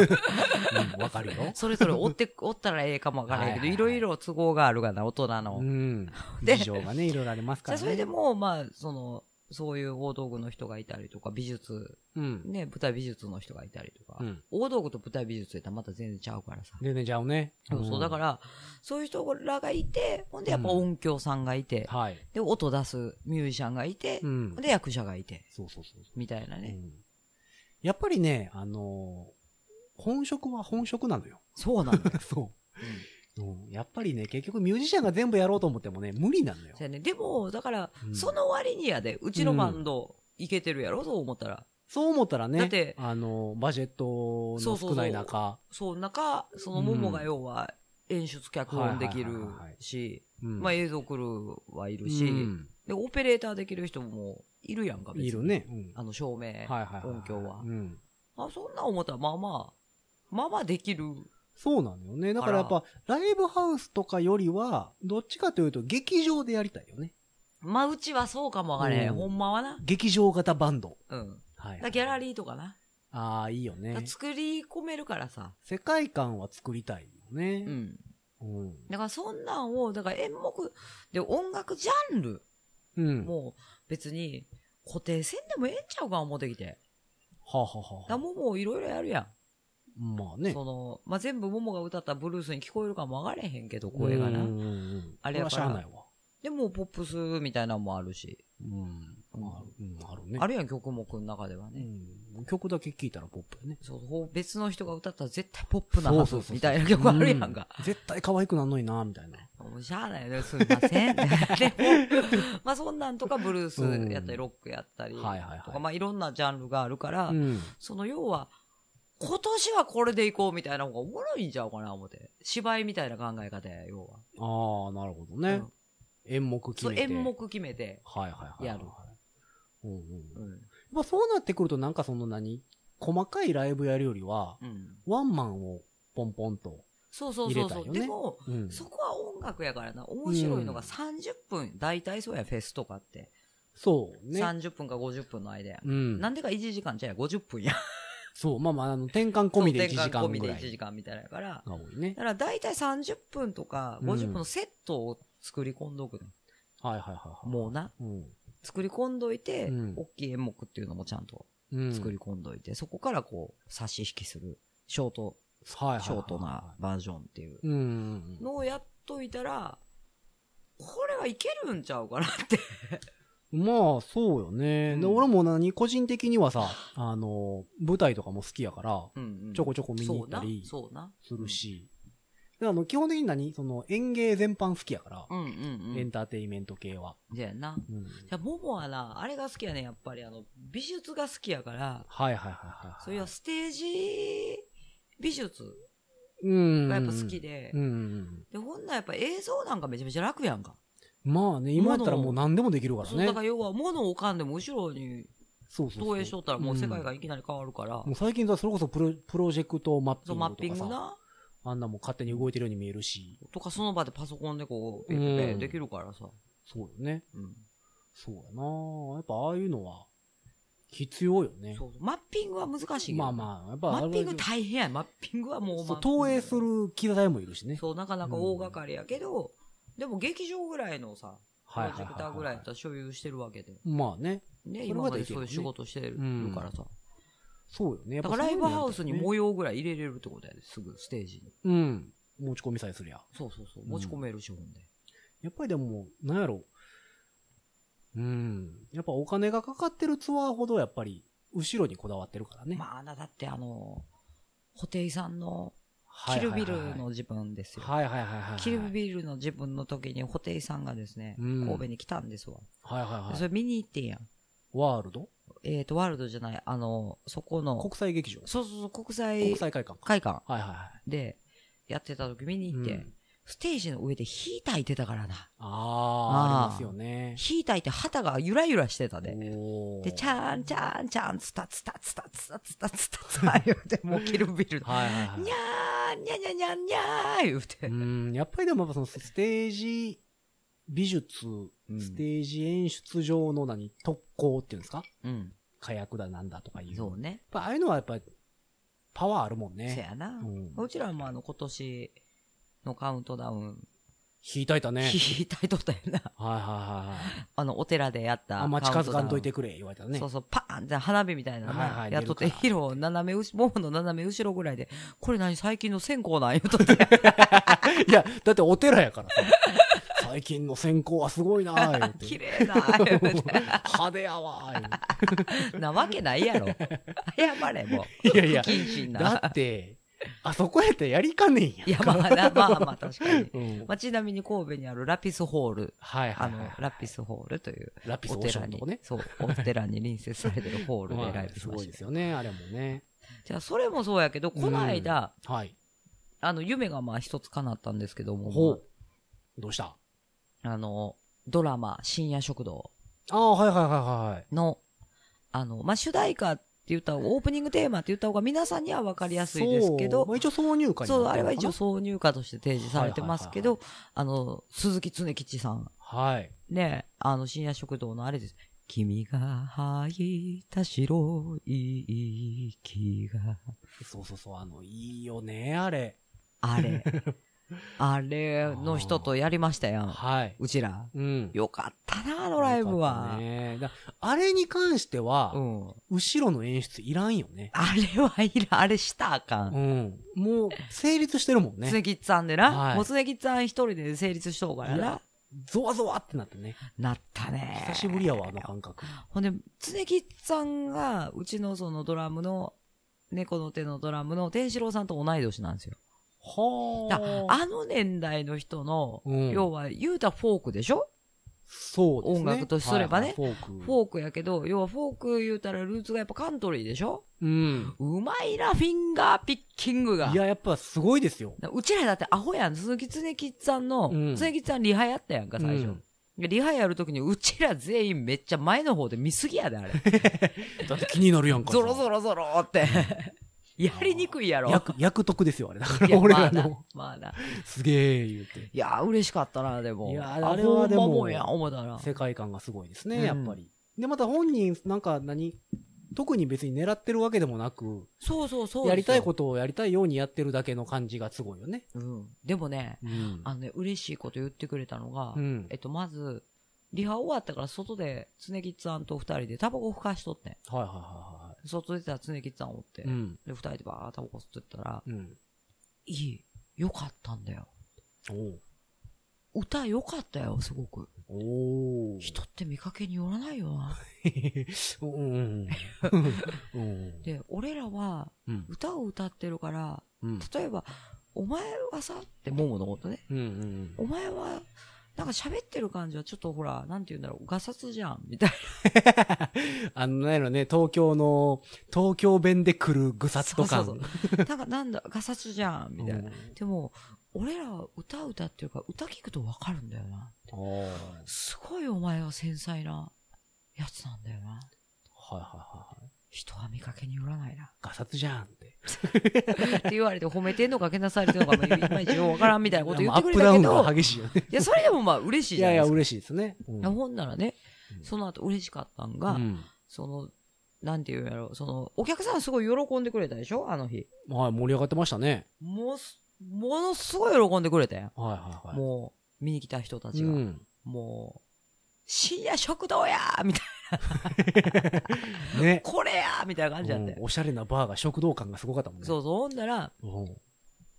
Speaker 2: うんわ、かるよ。
Speaker 1: それぞれ追って、追ったらええかもわからへんけど、
Speaker 2: は
Speaker 1: い
Speaker 2: いはい
Speaker 1: ろ
Speaker 2: はい
Speaker 1: いろ都合があるがな、大人の。
Speaker 2: うん。
Speaker 1: で
Speaker 2: 事情がね、いろいろあります
Speaker 1: じ
Speaker 2: か
Speaker 1: ゃ
Speaker 2: ら
Speaker 1: あ
Speaker 2: ね。
Speaker 1: それでも、まあ、その、そういう大道具の人がいたりとか、美術、
Speaker 2: うん。
Speaker 1: ね、舞台美術の人がいたりとか、
Speaker 2: うん。
Speaker 1: 大道具と舞台美術やったらまた全然ちゃうからさ。
Speaker 2: でね、じゃあね。。
Speaker 1: そうそう、だからら、そういう人らがいて、ほんでやっぱ音響さんがいて、
Speaker 2: はい。
Speaker 1: で、音出すミュージシャンがいて、
Speaker 2: うん。
Speaker 1: で、役者がいて、
Speaker 2: そうそうそうそ
Speaker 1: みたいな
Speaker 2: う、
Speaker 1: ね。
Speaker 2: うんやっぱりね、あのー本職は本職なのよ。
Speaker 1: そうなんだよ。
Speaker 2: そうう。うん、やっぱりね、結局ミュージシャンが全部やろうと思ってもね、無理なのよ
Speaker 1: ん。。そうやね。でも、だから、
Speaker 2: うん
Speaker 1: その割にやで、うちのバンド、いけてるやろ、そう思ったら。
Speaker 2: そう思ったらね、
Speaker 1: だって
Speaker 2: あのーバジェットの少ない中、
Speaker 1: そう、中、その、ももが要は、演出脚本できる
Speaker 2: はいはいはいはい
Speaker 1: し、
Speaker 2: うん
Speaker 1: まあ映像クルーはいる
Speaker 2: う
Speaker 1: し、
Speaker 2: ん
Speaker 1: で、オペレーターできる人もいるやんか、別に
Speaker 2: いる。ね。うん
Speaker 1: あの、照明。
Speaker 2: はいはいいい。
Speaker 1: 音響は
Speaker 2: うん。
Speaker 1: あ、そんなん思ったら、まあまあ、まあまあできる。
Speaker 2: そうなのよね。だからやっぱ、ライブハウスとかよりは、どっちかというと、劇場でやりたいよね。
Speaker 1: まあ、うちはそうかもわからへ
Speaker 2: うん
Speaker 1: ん。ほんまはな。
Speaker 2: 劇場型バンド。
Speaker 1: うん。
Speaker 2: は
Speaker 1: だからギャラ
Speaker 2: ー。
Speaker 1: リーとかな。
Speaker 2: ああ、いいよ
Speaker 1: だか
Speaker 2: ね
Speaker 1: ら。作り込めるからさ。
Speaker 2: 世界観は作りたいよ
Speaker 1: う
Speaker 2: ね。
Speaker 1: ん。
Speaker 2: うん。
Speaker 1: だからそんなんを、だから演目、で、音楽ジャンル
Speaker 2: うん。は
Speaker 1: も別に固定せんでもええんちゃうか思ってきて。だか
Speaker 2: あはあ
Speaker 1: ら
Speaker 2: はあ。
Speaker 1: ももいろいろやるやん。
Speaker 2: まあね。
Speaker 1: その、まあ、全部ももが歌ったブルースに聞こえるかもわからへんけど、声が
Speaker 2: うん
Speaker 1: な。
Speaker 2: うんうん
Speaker 1: あれやから
Speaker 2: そはしゃあないわ。
Speaker 1: でも、ポップスみたいなのもあるし。
Speaker 2: うん。あるうんあるね。
Speaker 1: あるやん、曲目の中ではね。
Speaker 2: うん曲だけ聴いたらポップやね。
Speaker 1: そうほう別の人が歌ったら絶対ポップなはずみたいな曲あるやんか。
Speaker 2: う。絶対可愛くなんのにな、みたいな。
Speaker 1: もうしゃあないよね、すいません。 でも、まあそんなんとかブルースやったり、ロックやったり、
Speaker 2: うんはいはいはい
Speaker 1: とか、まあいろんなジャンルがあるから、
Speaker 2: うん。
Speaker 1: その要は、今年はこれでいこうみたいな方がおもろいんちゃうかな、思って。芝居みたいな考え方や、要は。
Speaker 2: ああ、なるほどね
Speaker 1: う。ん
Speaker 2: 演目決
Speaker 1: そう
Speaker 2: めて。
Speaker 1: 演。目決めて、
Speaker 2: はいはいはいはい。
Speaker 1: やる
Speaker 2: うんうん。
Speaker 1: うん、
Speaker 2: まあそうなってくるとなんかその何細かいライブやるよりは、
Speaker 1: うん。
Speaker 2: ワンマンをポンポンと
Speaker 1: そうそう
Speaker 2: 入
Speaker 1: そ
Speaker 2: れ
Speaker 1: う
Speaker 2: た
Speaker 1: そ
Speaker 2: ん
Speaker 1: う、
Speaker 2: よね
Speaker 1: でも、
Speaker 2: うん。
Speaker 1: そこは音楽やからな面白いのが
Speaker 2: うん
Speaker 1: 30分大体そうやフェスとかって、
Speaker 2: そうね。
Speaker 1: 30分か50分の間や、
Speaker 2: うん。
Speaker 1: なんでか1時間じゃや50分や
Speaker 2: そう、まあまあ、あの、転換 込みで1
Speaker 1: そう転
Speaker 2: 時
Speaker 1: 換
Speaker 2: 間
Speaker 1: 込み
Speaker 2: ぐ
Speaker 1: で
Speaker 2: ら
Speaker 1: 1
Speaker 2: い
Speaker 1: 時間みたいなやから
Speaker 2: が多いね
Speaker 1: だ。から大体30分とか50分のセットを作り込んどくね、
Speaker 2: はいはいはいはい。
Speaker 1: もうな
Speaker 2: うん。
Speaker 1: 作り込んどいて、
Speaker 2: うん
Speaker 1: 大きい演目っていうのもちゃんと
Speaker 2: うん。
Speaker 1: 作り込んどいて、そこからこう差し引きするショート
Speaker 2: はいはいはいはい
Speaker 1: ショートな。バージョンっていう
Speaker 2: うんうんうん。
Speaker 1: のをやっといたらこれはいけるんちゃうかな って
Speaker 2: まあ、そうよね。で
Speaker 1: うん
Speaker 2: 俺も何、個人的に はさ、あの、舞台とかも好きやから、ちょこ
Speaker 1: ち
Speaker 2: ちょこ見に行ったり
Speaker 1: そうな
Speaker 2: す
Speaker 1: そうな
Speaker 2: るし、であの、基本的に何その、演芸全般好きやから、
Speaker 1: うんうんう
Speaker 2: エン
Speaker 1: ん
Speaker 2: ターテイメント系は。
Speaker 1: じゃやな
Speaker 2: うん
Speaker 1: いやももはなあれが好きやねやっぱりあの美術が好きやから
Speaker 2: はいはいはいはい。
Speaker 1: そういうステージ美術
Speaker 2: うん。
Speaker 1: がやっぱ好きで
Speaker 2: うんうんうん。
Speaker 1: でほんならやっぱ映像なんかめちゃめちゃ楽やんか
Speaker 2: まあね、今やったらもう何でもできるから
Speaker 1: そうだ
Speaker 2: ね
Speaker 1: か。ら要は物を置かんでも後ろに
Speaker 2: そうそうそう。
Speaker 1: 投影しとったらもう世界がいきなり変わるから、
Speaker 2: もう最近はそれこそプロプロジェクトマッ
Speaker 1: そうマッ
Speaker 2: ピ
Speaker 1: ピ
Speaker 2: ン
Speaker 1: ン
Speaker 2: グ
Speaker 1: グ
Speaker 2: とかさ、
Speaker 1: な
Speaker 2: あんなもん勝手に動いてるように見えるし、
Speaker 1: とかその場でパソコンでこう
Speaker 2: う
Speaker 1: ペ
Speaker 2: ん
Speaker 1: ッペッできるからさ、
Speaker 2: そうよね。
Speaker 1: うん
Speaker 2: そうやなやっぱああいうのは必要よね。
Speaker 1: そうマッピングは難しいけど
Speaker 2: まあまあ、やっぱ
Speaker 1: マ
Speaker 2: あれ
Speaker 1: ッピング大変やマッピングはもう
Speaker 2: そ
Speaker 1: ま
Speaker 2: う
Speaker 1: あ
Speaker 2: 投影する機材もいるしね。
Speaker 1: そうなかなか大掛かりやけど、でも劇場ぐらいのさプ
Speaker 2: は
Speaker 1: ロ
Speaker 2: いはい
Speaker 1: ジェクターぐ
Speaker 2: は
Speaker 1: ら
Speaker 2: い
Speaker 1: い
Speaker 2: は
Speaker 1: だったら所有してるわけで、
Speaker 2: い。まあね。
Speaker 1: ね、
Speaker 2: それ
Speaker 1: 今ま
Speaker 2: は
Speaker 1: で
Speaker 2: できる
Speaker 1: そう
Speaker 2: よ
Speaker 1: いう
Speaker 2: ね
Speaker 1: 仕事してる
Speaker 2: うん
Speaker 1: からさ、
Speaker 2: そうよね。やっ
Speaker 1: だ
Speaker 2: ぱ
Speaker 1: からライブハウスに
Speaker 2: そういうのや
Speaker 1: 模様ぐらい入れれるってことやですぐステージに
Speaker 2: りたいよねうん。持ち込みさえすりゃ。
Speaker 1: そうそうそう
Speaker 2: うん
Speaker 1: 持ち込める資本で、
Speaker 2: やっぱりでも、なんやろ。うん。やっぱお金がかかってるツアーほどやっぱり、後ろにこだわってるからね。
Speaker 1: まあなだってあの布袋さんの
Speaker 2: は
Speaker 1: キ
Speaker 2: いはい
Speaker 1: ル
Speaker 2: はい
Speaker 1: ビルの自分ですよ、
Speaker 2: はいはいはいはいはい。
Speaker 1: キルビルの自分の時に布袋さんがですね、
Speaker 2: うん
Speaker 1: 神戸に来たんですわ。
Speaker 2: はいはい
Speaker 1: そ
Speaker 2: はい。
Speaker 1: れ見に行ってんやん。
Speaker 2: ワールド
Speaker 1: えっ、と、ワールドじゃない、あの、そこの、
Speaker 2: 国際劇場。
Speaker 1: そうそうそう、国
Speaker 2: 国
Speaker 1: 際
Speaker 2: 際会館か。
Speaker 1: 会館
Speaker 2: はいはいはい。
Speaker 1: でやってた時見に行って、
Speaker 2: うん
Speaker 1: ステージの上で火焚いてたからな。
Speaker 2: あー、あ
Speaker 1: あー
Speaker 2: りますよね。
Speaker 1: 火焚いて旗がゆらゆらしてたで。
Speaker 2: おー
Speaker 1: で、チャーンチャーンチャーン、ツタツタツタツタツタツタツタ言うて、もうキルビル。にゃ
Speaker 2: はいはいは
Speaker 1: ー
Speaker 2: い。
Speaker 1: にゃにゃにゃにゃー言うて。
Speaker 2: うん、やっぱりでもやっぱそのステージ美術、
Speaker 1: うん
Speaker 2: ステージ演出上の何、特攻っていうんですか
Speaker 1: うん。
Speaker 2: 火薬だなんだとかいう。
Speaker 1: そう
Speaker 2: やっ
Speaker 1: ね。
Speaker 2: ぱああいうのはやっぱパワーあるもん
Speaker 1: せ
Speaker 2: ね。
Speaker 1: やな
Speaker 2: う。ん。
Speaker 1: うちらもあの、今年のカウントダウン、
Speaker 2: 引いたい たね。
Speaker 1: 火焚いとったよな。
Speaker 2: はいはいはいはい。
Speaker 1: あの、お寺でやった。
Speaker 2: あんま近
Speaker 1: カウント
Speaker 2: づ
Speaker 1: ダ
Speaker 2: か
Speaker 1: ウン
Speaker 2: んといてくれ、言われたね
Speaker 1: そう。そう、パーンって花火みたいなのな、
Speaker 2: はいはい
Speaker 1: やっとって、
Speaker 2: 出るから
Speaker 1: ヒロを斜め後、ももの斜め後ろぐらいで、これ何最近の線香なん言うと って。
Speaker 2: いや、だってお寺やからさ。最近の線香はすごいなー言う て
Speaker 1: 綺麗な、 言う
Speaker 2: 派手やわー言うて
Speaker 1: てなわけないやろ。謝れ、もう。
Speaker 2: いやいや
Speaker 1: 不謹慎な。
Speaker 2: だって、あそこやったらやりかねえん
Speaker 1: い
Speaker 2: や。
Speaker 1: や、まあな、まあまあ、確かに。
Speaker 2: うん。
Speaker 1: まあ、ちなみに神戸にあるラピスホール、
Speaker 2: はいは
Speaker 1: あ
Speaker 2: いは
Speaker 1: の
Speaker 2: い。、
Speaker 1: ラピスホールという
Speaker 2: ラピス
Speaker 1: お
Speaker 2: 王
Speaker 1: 寺
Speaker 2: 将のと
Speaker 1: に
Speaker 2: こね、。
Speaker 1: そう、お寺に隣接されてるホールでライ ブし
Speaker 2: す
Speaker 1: ま
Speaker 2: ごい
Speaker 1: し
Speaker 2: です
Speaker 1: た。
Speaker 2: よね、あれもね。
Speaker 1: じゃあ、それもそうやけど、この間、
Speaker 2: はい。
Speaker 1: あの、夢がまあ一つ叶ったんですけども、
Speaker 2: ほう。どうした
Speaker 1: あの、ドラマ、深夜食堂
Speaker 2: ああ、はいはいはいはい。
Speaker 1: の、あの、まあ、主題歌って言った方が、オープニングテーマって言った方が皆さんには分かりやすいですけ
Speaker 2: そう
Speaker 1: ど
Speaker 2: まあ、一応挿入歌になってるのかな
Speaker 1: そう、あれは一応挿入歌として提示されてますけど、あの、鈴木常吉さん、
Speaker 2: はい。
Speaker 1: ね、あの、深夜食堂のあれです。君が吐いた白い息が、
Speaker 2: そうそうそう、あの、いいよね、あれ。
Speaker 1: あ れ、あれの人とやりましたやん、
Speaker 2: はい。
Speaker 1: うちら。
Speaker 2: うん。
Speaker 1: よかったな、あのライブ
Speaker 2: よかっ
Speaker 1: は
Speaker 2: た。ねだあれに関しては、
Speaker 1: うん。
Speaker 2: 後ろの演出いらんよね。
Speaker 1: あれはいらん、あれしたらあかん。
Speaker 2: うん。もう、成立してるもん
Speaker 1: つね
Speaker 2: ね。
Speaker 1: ぎっさんでな、
Speaker 2: はい
Speaker 1: もうつねぎっさん一人で成立しとうから
Speaker 2: い
Speaker 1: な
Speaker 2: や。ゾワゾワってなってね。
Speaker 1: なったね。
Speaker 2: 久しぶりやわ、あの感覚。
Speaker 1: ほんで、つねぎっさんが、うちのそのドラムの、猫の手のドラムの天志郎さんと同い年なんですよ。だ
Speaker 2: はあ。
Speaker 1: あの年代の人の、
Speaker 2: うん
Speaker 1: 要は、言うたらフォークでしょ
Speaker 2: そうですね。
Speaker 1: 音楽とすればね
Speaker 2: はいはいフォーク。
Speaker 1: フォークやけど、要はフォーク言うたらルーツがやっぱカントリーでしょ
Speaker 2: うん。
Speaker 1: うまいな、フィンガーピッキングが。
Speaker 2: いや、やっぱすごいですよ。
Speaker 1: だうちらだってアホやん。鈴木つねきっさんの、
Speaker 2: うん
Speaker 1: つねきっさんリハやったやんか、最初。
Speaker 2: うん
Speaker 1: でリハやるときに、うちら全員めっ ちゃ前の方で見すぎやで、あれ。
Speaker 2: だって気になるやんか。
Speaker 1: ゾロゾロゾロって。やりにくいやろ。
Speaker 2: 役、役得ですよ、あれ。だか
Speaker 1: いや
Speaker 2: ら俺
Speaker 1: まあ
Speaker 2: ら
Speaker 1: な
Speaker 2: の、
Speaker 1: まあな。
Speaker 2: すげえ言って。
Speaker 1: いやー、嬉しかったな、でも。
Speaker 2: いやーあれはでも
Speaker 1: ほんまもんや、思ったな。
Speaker 2: 世界観がすごいです
Speaker 1: うん
Speaker 2: ね、やっぱり。で、また本人、なんか何、特に別に狙ってるわけでもなく、
Speaker 1: そうそうそう。。
Speaker 2: やりたいこととをやりたいようにやってるだけの感じがすごいよね。
Speaker 1: うん。でもね、
Speaker 2: うん。
Speaker 1: あのね、嬉しいこと言ってくれたのが、
Speaker 2: うん
Speaker 1: えっと、まず、リハ終わったから外で、つねぎっつぁんと二人でタバコふかしとってん。
Speaker 2: はいはいはいは
Speaker 1: 外出たらつねぎっつぁんおって、
Speaker 2: い。うん。
Speaker 1: で、二人でバーッタバコ吸ってたら、
Speaker 2: うん。
Speaker 1: いい、よかったんだよ。
Speaker 2: おう
Speaker 1: 歌よかったよ、すごく。
Speaker 2: おお。
Speaker 1: 人って見かけによらないよな。
Speaker 2: うんうんうん。うん
Speaker 1: で、俺らは
Speaker 2: うん。
Speaker 1: 歌を歌ってるから、
Speaker 2: うん。
Speaker 1: 例えば、お前はさ、ってモモのことね。
Speaker 2: うんうん
Speaker 1: お前は、なんか喋ってる感じはちょっとほら、なんて言うんだろう、ガサツじゃん、みたいな。
Speaker 2: あの、なんやろね、東京の、東京弁で来るぐさつと感。
Speaker 1: そうそうなんか、なんだ、ガサツじゃん、みたいな。
Speaker 2: うん
Speaker 1: でも、俺らは歌歌ってるから、歌聞くとわかるんだよな。
Speaker 2: おーはい
Speaker 1: すごいお前は繊細なやつなんだよな。
Speaker 2: はいはいはい。
Speaker 1: 人は見かけによらないな。
Speaker 2: ガサツじゃんって。
Speaker 1: って言われて褒めてんのかけなされてんのかもい まいちようわからんみたいなこと言
Speaker 2: ま
Speaker 1: っ
Speaker 2: あ
Speaker 1: て
Speaker 2: ア
Speaker 1: くれ
Speaker 2: ップ
Speaker 1: た
Speaker 2: ダウ
Speaker 1: け
Speaker 2: ン
Speaker 1: ど
Speaker 2: が、激しいよね。
Speaker 1: いや、それでもまあ嬉しい
Speaker 2: い
Speaker 1: じゃな
Speaker 2: や
Speaker 1: いいで
Speaker 2: や、
Speaker 1: すか。
Speaker 2: 嬉しいですね。うん
Speaker 1: ほんならね、
Speaker 2: うん
Speaker 1: その後嬉しかったんが、
Speaker 2: うん
Speaker 1: その、なんていうんやろ、その、お客さんはすごい喜んでくれたでしょあの日。
Speaker 2: はい、盛り上がってましたね。
Speaker 1: もうす、ものすごい喜んでくれたやん。
Speaker 2: はいはいはい。
Speaker 1: もう、見に来た人たち
Speaker 2: う
Speaker 1: が。
Speaker 2: ん。
Speaker 1: もう、深夜食堂やーみたい
Speaker 2: ね
Speaker 1: な、。これやーみたいな感じだって
Speaker 2: うん。おしゃれなバーが食堂感がすごかったもんね。
Speaker 1: そうそう、ほんなら、
Speaker 2: うん。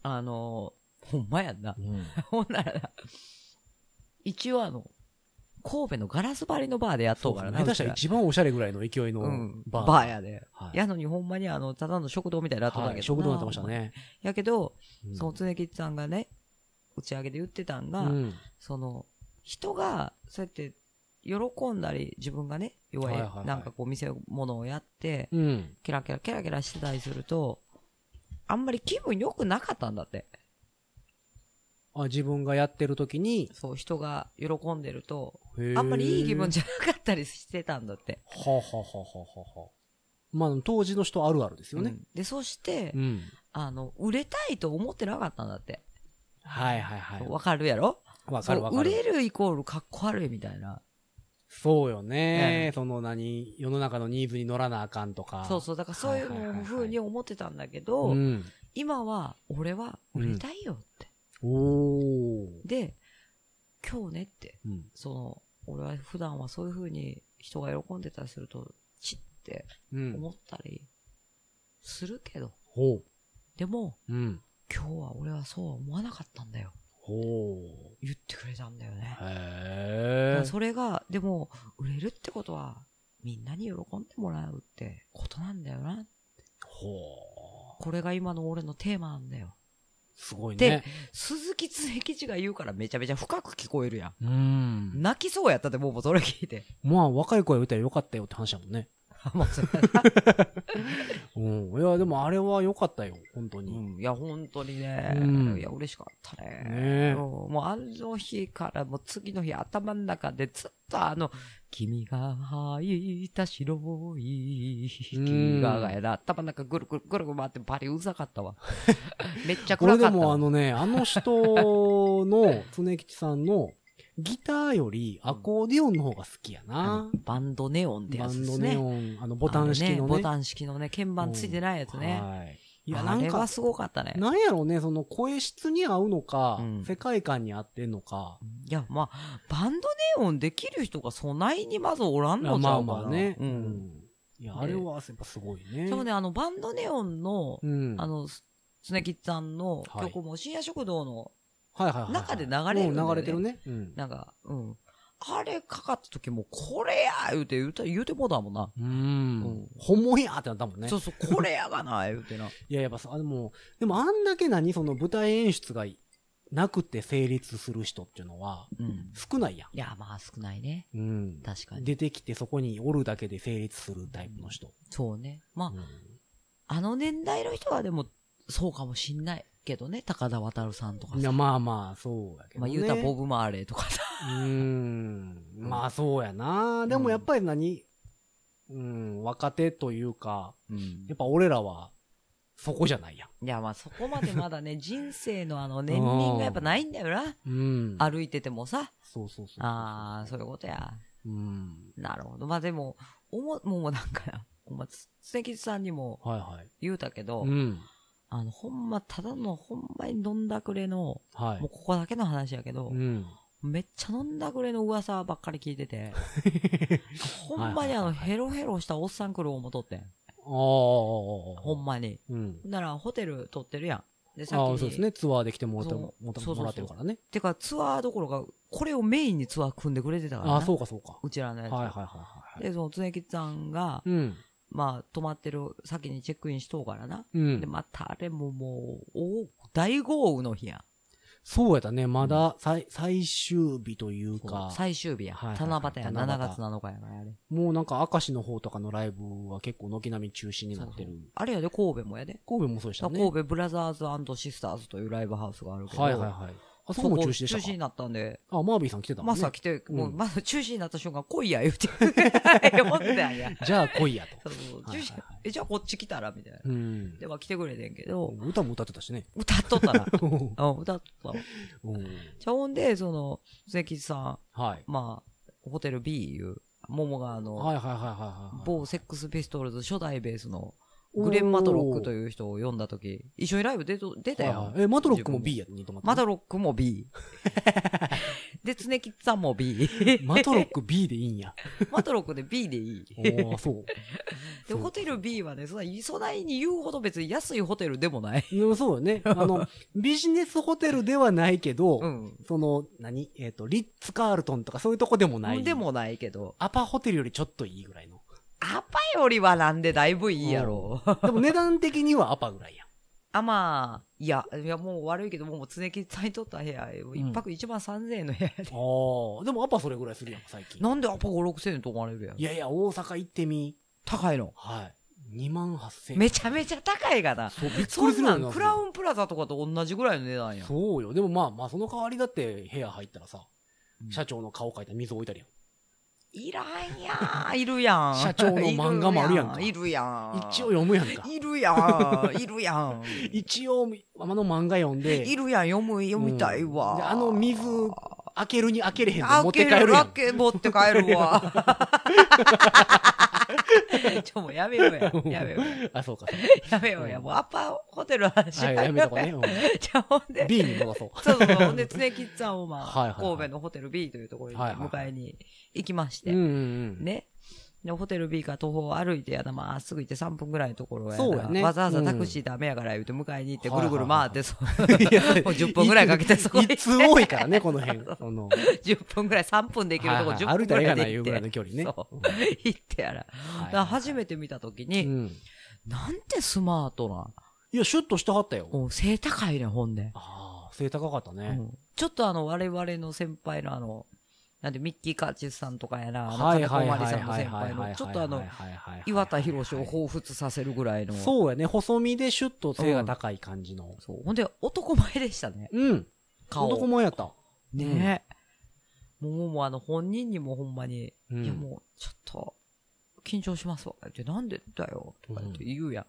Speaker 1: あのーほんまやんな。
Speaker 2: うん。
Speaker 1: ほんならな、一応あの、神戸のガラス張りのバーでやっと
Speaker 2: そう
Speaker 1: うか
Speaker 2: からら
Speaker 1: な。
Speaker 2: 下手したら
Speaker 1: うち
Speaker 2: 一番おしゃれぐらいの勢いの
Speaker 1: らうん、
Speaker 2: バ
Speaker 1: バ
Speaker 2: ー。
Speaker 1: ーやで。
Speaker 2: はい。
Speaker 1: やのにほんまにあの、ただの食堂みたいなとった
Speaker 2: は
Speaker 1: けど。
Speaker 2: い食堂になってました。ね。
Speaker 1: やけど、
Speaker 2: うん
Speaker 1: その常吉さんがね、打ち上げで言ってたんが、
Speaker 2: うん。
Speaker 1: その、人が、そうやって、喜んだり、自分がね、弱い、
Speaker 2: はいはいはい
Speaker 1: なんかこう、見せ物をやって、
Speaker 2: うん。
Speaker 1: キラキラ、キラキラしてたりすると、あんまり気分良くなかったんだって。
Speaker 2: あ、自分がやってる時に、
Speaker 1: そう、人が喜んでると、
Speaker 2: へー
Speaker 1: あんまりいい気分じゃなかったりしてたんだって。
Speaker 2: はあ、はあはあはあはあ、まあ、当時の人あるあるですよ
Speaker 1: う
Speaker 2: ね。
Speaker 1: んで、そして、
Speaker 2: うん。
Speaker 1: あの、売れたいと思ってなかったんだって。
Speaker 2: はいはいはい。
Speaker 1: わかるやろ
Speaker 2: わかるわか
Speaker 1: そう売
Speaker 2: る。
Speaker 1: れるイコールかっこ悪いみたいな。
Speaker 2: そうよね
Speaker 1: え。
Speaker 2: その何、世の中のニーズに乗らなあかんとか。
Speaker 1: そうそう、だからそういう
Speaker 2: はいはいはいはい
Speaker 1: ふうに思ってたんだけど、
Speaker 2: うん。
Speaker 1: 今は、俺は売れたいよって。
Speaker 2: おー。
Speaker 1: で、今日ねって、
Speaker 2: うん。
Speaker 1: その、俺は普段はそういうふうに人が喜んでたりすると、チって
Speaker 2: うん。
Speaker 1: 思ったりするけど、
Speaker 2: ほう。
Speaker 1: でも、
Speaker 2: うん。
Speaker 1: 今日は俺はそうは思わなかったんだよ。
Speaker 2: ほ
Speaker 1: 言ってくれたんだよね
Speaker 2: う。。へ
Speaker 1: だから
Speaker 2: ー。
Speaker 1: それが、でも、売れるってことは、みんなに喜んでもらうってことなんだよな。
Speaker 2: ほう。
Speaker 1: これが今の俺のテーマなんだよ。
Speaker 2: すごい
Speaker 1: で
Speaker 2: ね。
Speaker 1: 鈴木常吉が言うからめちゃめちゃ深く聞こえるや
Speaker 2: うん
Speaker 1: ん。。泣きそうやったって、もうそれ聞いて。
Speaker 2: まあ、若い子が言ったらよかったよって話だもんね。
Speaker 1: もうそれ
Speaker 2: うん。いや、でもあれはよかったよ、本当
Speaker 1: う
Speaker 2: に。
Speaker 1: ん、いや、本当にね、
Speaker 2: うん
Speaker 1: いや、嬉しかったね。
Speaker 2: ねえ
Speaker 1: うんもうあの日から、もう次の日頭の中でずっとあの、君が吐いた白い君ががやな、頭の中ぐるぐるぐるぐる回ってバリうざかった わ。めっちゃ
Speaker 2: これ
Speaker 1: 暗か
Speaker 2: で
Speaker 1: った
Speaker 2: も
Speaker 1: わ。
Speaker 2: あのね、あの人 の、常吉さんの、ギターよりアコーディオンの方が好きやな。
Speaker 1: バンドネオンって
Speaker 2: バ
Speaker 1: やつ
Speaker 2: ン
Speaker 1: で
Speaker 2: ド
Speaker 1: す
Speaker 2: ネ
Speaker 1: ね。
Speaker 2: オン、あの、ボタン式の
Speaker 1: あボ
Speaker 2: ね。
Speaker 1: タン式のね、鍵盤ついてないやつね。
Speaker 2: はい。い
Speaker 1: い
Speaker 2: や、
Speaker 1: や、
Speaker 2: な
Speaker 1: あ
Speaker 2: ん
Speaker 1: れ
Speaker 2: か
Speaker 1: は、すごかったね。
Speaker 2: なんやろうね、その声質に合うのか、
Speaker 1: うん
Speaker 2: 世界観に合ってんのか。
Speaker 1: いや、まあ、バンドネオンできる人が備えにまずおらん
Speaker 2: いや
Speaker 1: のじ
Speaker 2: ま
Speaker 1: ゃ
Speaker 2: あ
Speaker 1: うかな。
Speaker 2: まあね。
Speaker 1: う。
Speaker 2: うんん。いや、あれはやっぱすごいね。
Speaker 1: でもね、あの、バンドネオンの、
Speaker 2: うん。
Speaker 1: あの、すつねきっさんの
Speaker 2: はい
Speaker 1: 曲も深夜食堂の、
Speaker 2: はいはいはいはい。
Speaker 1: 中で流れるんだよね
Speaker 2: うん流れてるね。うん。
Speaker 1: なんか、うん。あれかかった時も、これや言うて、言うて、言うてもうたもんな。
Speaker 2: うん。本物やってなったもんね
Speaker 1: そ。うそう、これやがな、言うてな。
Speaker 2: いや、やっぱさ、でも、でもあんだけ何、その舞台演出がなくて成立する人っていうのは
Speaker 1: うん。
Speaker 2: 少ないや
Speaker 1: いや、まあ少ないね。
Speaker 2: ん。うん。
Speaker 1: 確かに。
Speaker 2: 出てきてそこにおるだけで成立するタイプの人。
Speaker 1: そうね。まあ、
Speaker 2: うん
Speaker 1: あの年代の人はでも、そうかもしんないけどね、高田渡さんとか
Speaker 2: い
Speaker 1: さ。
Speaker 2: や、まあまあ、そうやけど
Speaker 1: まあ
Speaker 2: ね。
Speaker 1: 言うたらボブ・マーレーとかさ。
Speaker 2: うーん。まあそうやな。でもやっぱり何うん、若手というか、
Speaker 1: うん
Speaker 2: やっぱ俺らは、そこじゃないや
Speaker 1: いや、まあそこまでまだね、人生のあの、年輪がやっぱないんだよな。
Speaker 2: ん。うん。
Speaker 1: 歩いててもさ。
Speaker 2: そうそうそう。
Speaker 1: ああ、そういうことや。
Speaker 2: うん。
Speaker 1: なるほど。まあでも、おも、もうなんか、 お前、関地さんにも
Speaker 2: はいはい。
Speaker 1: 言うたけど、
Speaker 2: うん。
Speaker 1: あの、ほんま、ただの、ほんまに飲んだくれの、
Speaker 2: は
Speaker 1: もう
Speaker 2: い。
Speaker 1: ここだけの話やけど
Speaker 2: う、ん。
Speaker 1: めっちゃ飲んだくれの噂ばっかり聞いて て、ほんまにあの、
Speaker 2: はいはいはいはい
Speaker 1: ヘロヘロしたおっさん来る思うとってん。
Speaker 2: ああ。
Speaker 1: ほんまに。
Speaker 2: うん。
Speaker 1: なら、ホテル取ってるやん。で、
Speaker 2: ああ
Speaker 1: さっ
Speaker 2: ー、
Speaker 1: き
Speaker 2: そ
Speaker 1: に。
Speaker 2: うですね。ツアーで来てもらって
Speaker 1: そ
Speaker 2: も
Speaker 1: う
Speaker 2: もらっ
Speaker 1: そうそうそう
Speaker 2: てもらってるからね。
Speaker 1: てか、ツアーどころか、これをメインにツアー組んでくれてたからな。
Speaker 2: ああ、そうかそうか。
Speaker 1: うちらのやつ。
Speaker 2: はいはいはいはいはい。
Speaker 1: で、その、つねきさんが、
Speaker 2: うん。
Speaker 1: まあ、泊まってる、先にチェックインしとうからな。
Speaker 2: う
Speaker 1: で、
Speaker 2: ん。
Speaker 1: またあれももう、お大豪雨の日やん。
Speaker 2: そうやったね。まだ最最終日という
Speaker 1: そう
Speaker 2: か、
Speaker 1: 最終日や。
Speaker 2: はいはい
Speaker 1: 七夕や。
Speaker 2: 七夕
Speaker 1: 7月7日やから、あれ。
Speaker 2: もうなんか明石の方とかのライブは結構軒並み中止になってる
Speaker 1: そう。あれやで、神戸もやで。
Speaker 2: 神戸もそうでしたね。
Speaker 1: 神戸ブラザーズシスターズというライブハウスがあるけど。
Speaker 2: はいはいはい。あそこも中止でし
Speaker 1: そこ
Speaker 2: た
Speaker 1: 中止に
Speaker 2: か
Speaker 1: なったんで、
Speaker 2: あ、マービーさん来てたも
Speaker 1: マ
Speaker 2: ん
Speaker 1: サ
Speaker 2: ね。
Speaker 1: 来て、もう、
Speaker 2: うん
Speaker 1: マサ中止になった瞬間来いや、言うて。 思ってたんや。
Speaker 2: じゃあ来い や
Speaker 1: そ
Speaker 2: と。
Speaker 1: うそう
Speaker 2: はいはいはい
Speaker 1: 中止、え、じゃあこっち来たらみたいな。
Speaker 2: うん。
Speaker 1: で、まあ来てくれてんけど、
Speaker 2: 歌も歌って たしね。
Speaker 1: 歌っとったら。
Speaker 2: うん
Speaker 1: うん、歌っとったわ。じゃあほんで、その、関さ
Speaker 2: はい。
Speaker 1: ん、まあ、ホテル B いう、桃川の、
Speaker 2: はいはいはいはいはい。
Speaker 1: 某セックスピストルズ初代ベースのグレン・マトロックという人を読んだとき、一緒にライブ出と出た
Speaker 2: はい
Speaker 1: よ
Speaker 2: は。いえ、マトロックも B やにとまって
Speaker 1: マトロックも B。で、常吉さんも B。
Speaker 2: マトロック B でいいんや。
Speaker 1: マトロックで B でいい。
Speaker 2: おーそう。
Speaker 1: で、ホテル B はね、そんな、そないに言うほど別に安いホテルでもない。
Speaker 2: うんそうよね。あ の、ビジネスホテルではないけど、
Speaker 1: うん。
Speaker 2: その、何えっ、と、リッツ・カールトンとかそういうとこでもない。
Speaker 1: で、もないけど、
Speaker 2: アパホテルよりちょっといいぐらいの。
Speaker 1: アパよりはなんでだいぶいいやろ。
Speaker 2: でも値段的にはアパぐら いやん。
Speaker 1: あ、まあ、いや、いやもう悪いけど、もう常吉さんにとった部屋、一泊1万3000円の部屋やで。
Speaker 2: ああ、でもアパそれぐらいするやん、最近。
Speaker 1: なんでアパ5、6000円泊まれるやん
Speaker 2: い。やいや、大阪行ってみ。
Speaker 1: 高いの。
Speaker 2: はい。2万8000円。
Speaker 1: めちゃめちゃ高いがな。
Speaker 2: そう、びっく
Speaker 1: そ
Speaker 2: りす
Speaker 1: ん
Speaker 2: るよ
Speaker 1: な
Speaker 2: ね
Speaker 1: ん、クラウンプラザとかと同じぐらいの値段やん。
Speaker 2: そうよ。でもまあまあ、その代わりだって部屋入ったらさ
Speaker 1: う、ん
Speaker 2: 社長の顔描いた水置いたり
Speaker 1: いらんやん、いるやん。
Speaker 2: 社長の漫画もあるやんか
Speaker 1: いるや
Speaker 2: や
Speaker 1: ん。
Speaker 2: ん。一応読むやんか。
Speaker 1: いるやん、いるやん。
Speaker 2: 一応、あの漫画読んで、
Speaker 1: いるやん、読む、読みたい
Speaker 2: うんで
Speaker 1: わ。
Speaker 2: あの水、開けるに開けれへんの
Speaker 1: 開
Speaker 2: 持っ
Speaker 1: け
Speaker 2: て帰
Speaker 1: る
Speaker 2: るや
Speaker 1: わ
Speaker 2: ん。
Speaker 1: け持って帰るわ。 ちょ、もうやめようや。やめようや。
Speaker 2: あ、そうか。そ
Speaker 1: や
Speaker 2: う
Speaker 1: めようや。もうアッパーホテルの話
Speaker 2: かはい、やめとこうね。う
Speaker 1: じゃあほんで
Speaker 2: ん。B に戻そう。
Speaker 1: そうそうそう。ほんで、常吉さんをまあ、
Speaker 2: はいはいはい
Speaker 1: 神戸のホテル B というところに
Speaker 2: はいはいはい
Speaker 1: 迎えに行きまして、
Speaker 2: うんうん
Speaker 1: ね。で、ホテル B から徒歩歩いてやな、まあ、すぐ行って3分ぐらいのところやな
Speaker 2: そうやね
Speaker 1: わざわざタクシーダメやから言うて迎えに行って、
Speaker 2: うん
Speaker 1: ぐるぐる回って、そう
Speaker 2: うん。いや
Speaker 1: もう10分ぐらいかけてそこに
Speaker 2: いつ多いからね、この辺。その、
Speaker 1: 10分ぐらい、3分で行けるとこ
Speaker 2: はい
Speaker 1: 10
Speaker 2: はい歩
Speaker 1: 分
Speaker 2: いた
Speaker 1: ぐ
Speaker 2: らええ
Speaker 1: らい
Speaker 2: がな
Speaker 1: で
Speaker 2: いい
Speaker 1: 行っ
Speaker 2: うぐ
Speaker 1: て
Speaker 2: らい、の距離ね。
Speaker 1: そう行ってやら。だから初めて見たとき
Speaker 2: う
Speaker 1: に、
Speaker 2: ん。
Speaker 1: なんてスマートな、
Speaker 2: いや、シュッとしてはったよ。
Speaker 1: もう背高いね、ほんで。
Speaker 2: ああ、背高かったね。
Speaker 1: うんちょっとあの、我々の先輩のあの、なんで、ミッキー・カーチスさんとかやら、あの、金子まりさんの先輩の、ちょっとあの、岩田博士を彷彿させるぐらいの。う。
Speaker 2: そうやね、細身でシュッと背が高い感じの。
Speaker 1: そう。ほんで、男前でしたね。
Speaker 2: うん。
Speaker 1: 顔。
Speaker 2: 男前やった。
Speaker 1: ねえ。もう、もう、あの、本人にもほんまに、
Speaker 2: うん
Speaker 1: いや、もう、ちょっと、緊張しますわ。って、なんでだよ。とか言って言うやん。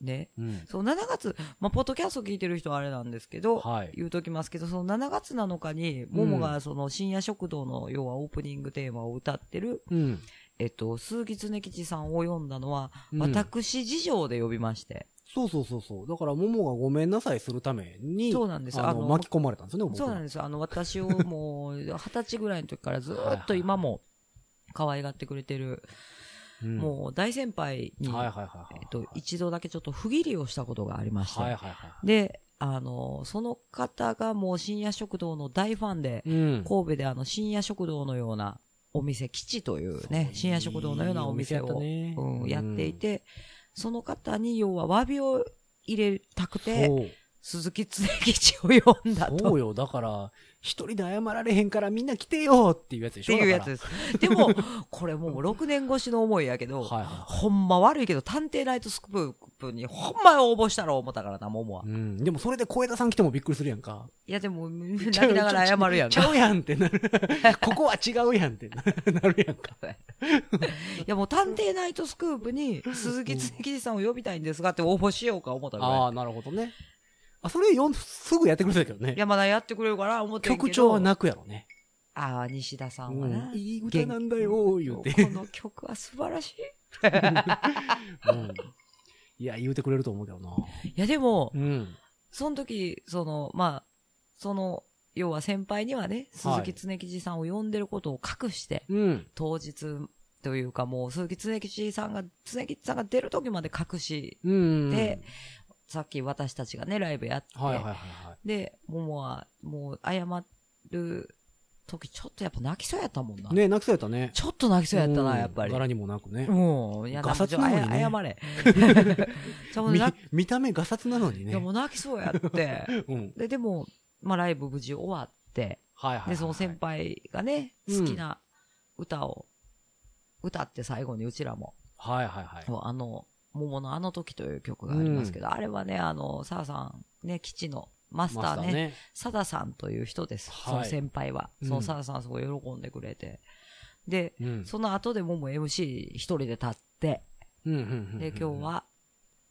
Speaker 1: ね。
Speaker 2: うん。
Speaker 1: そう、7月、まあ、ポッドキャスト聞いてる人はあれなんですけど、
Speaker 2: はい。
Speaker 1: 言うときますけど、その7月7日に、ももがその深夜食堂の、要はオープニングテーマを歌ってる、
Speaker 2: うん。
Speaker 1: えっと、鈴木常吉さんを読んだのは、
Speaker 2: うん
Speaker 1: 私事情で呼びまして。
Speaker 2: そうそうそうそう。だから、ももがごめんなさいするために、
Speaker 1: そうなんです
Speaker 2: あ
Speaker 1: あ
Speaker 2: の、
Speaker 1: の
Speaker 2: 巻き込まれたんですよね、僕
Speaker 1: そうなん
Speaker 2: で
Speaker 1: ですよ。あの、私をもう、二十歳ぐらいの時からずーっと今も、可愛がってくれてる、
Speaker 2: す。うん
Speaker 1: もう大先輩に、
Speaker 2: はいはいはいはい。
Speaker 1: えっと、一度だけちょっと不義理をしたことがありまして、
Speaker 2: はいはいは
Speaker 1: で、あの、その方がもう深夜食堂の大ファンで、
Speaker 2: い。うん。
Speaker 1: 神戸であの、深夜食堂のようなお店、基地というね、深夜食堂のようなお店を、
Speaker 2: いいお
Speaker 1: うん、
Speaker 2: 店や
Speaker 1: や
Speaker 2: っ
Speaker 1: った
Speaker 2: ね
Speaker 1: ていて、その方に要は詫びを入れたくて、
Speaker 2: そう
Speaker 1: 鈴木常吉を呼んだ
Speaker 2: そ
Speaker 1: と。
Speaker 2: うよ。だから、一人で謝られへんからみんな来てよっていうやつで
Speaker 1: っ
Speaker 2: してょ
Speaker 1: いうや
Speaker 2: だ
Speaker 1: つ
Speaker 2: から
Speaker 1: です。でも、これもう6年越しの思いやけど、
Speaker 2: はいは
Speaker 1: ほんま悪いけど、探偵ナイトスクープにほんま応募したら思ったからな、ももは。
Speaker 2: い。うん。でもそれで小枝さん来てもびっくりするやんか。
Speaker 1: いや、でも、泣きながら謝るやん
Speaker 2: ち
Speaker 1: か。
Speaker 2: ゃうやんって なる。ここは違うやんってなるやんか。
Speaker 1: いや、もう探偵ナイトスクープに、鈴木月さんを呼びたいんですがって応募しようか思ったぐら
Speaker 2: ああ、なるほどね。あ、それよんすぐやってくれたけど
Speaker 1: い。い
Speaker 2: ね。
Speaker 1: や、まだやってくれるから思ってんけど。
Speaker 2: 曲調は泣くやろね。
Speaker 1: ああ、西田さん
Speaker 2: う
Speaker 1: は
Speaker 2: ん
Speaker 1: な。
Speaker 2: いい歌なんだよ、言うて。
Speaker 1: この曲は素晴らし
Speaker 2: うんいや、言うてくれると思うけどな。
Speaker 1: い。いや、でも、
Speaker 2: うん。
Speaker 1: その時、その、まあ、その、要は先輩にはね、
Speaker 2: は
Speaker 1: 鈴
Speaker 2: い
Speaker 1: 木常吉さんを呼んでることを隠して、
Speaker 2: うん。
Speaker 1: 当日というかもう鈴木常吉さんが、常吉さんが出る時まで隠し、
Speaker 2: うん。
Speaker 1: で、さっき私たちがね、ライブやって、
Speaker 2: はいはいはいはい。
Speaker 1: で、ももは、もう謝る時ちょっとやっぱ泣きそうやったもんな。
Speaker 2: ね泣きそうやったね。
Speaker 1: ちょっと泣きそうやった
Speaker 2: う
Speaker 1: な、
Speaker 2: ん
Speaker 1: やっぱり。
Speaker 2: 柄にもなくね。
Speaker 1: もうん、いや、
Speaker 2: ガ
Speaker 1: な
Speaker 2: サ
Speaker 1: ん
Speaker 2: ツ
Speaker 1: か、
Speaker 2: なのに
Speaker 1: あ
Speaker 2: ね
Speaker 1: や謝れ。 じゃあもう
Speaker 2: み
Speaker 1: 泣
Speaker 2: 見た目がさつなのに
Speaker 1: きい
Speaker 2: ね。
Speaker 1: や、もう泣きそうやって。
Speaker 2: うん。
Speaker 1: で、でも、まあ、ライブ無事終わって、
Speaker 2: はいはいはい。
Speaker 1: で、その先輩がね、
Speaker 2: うん
Speaker 1: 好きな歌を、歌って最後にうちらも、
Speaker 2: はいはいはい。
Speaker 1: あの、桃のあの時という曲がありますけど、あれはね、あの、サダさん、ね、基地のマスター
Speaker 2: マ
Speaker 1: ね、。サダさんという人です。
Speaker 2: はい
Speaker 1: その先輩は。
Speaker 2: うん
Speaker 1: そのサダさんすごい喜んでくれて。で、
Speaker 2: うん。
Speaker 1: その後でもも MC 一人で立って、
Speaker 2: うんうんうんうん
Speaker 1: で、今日、は、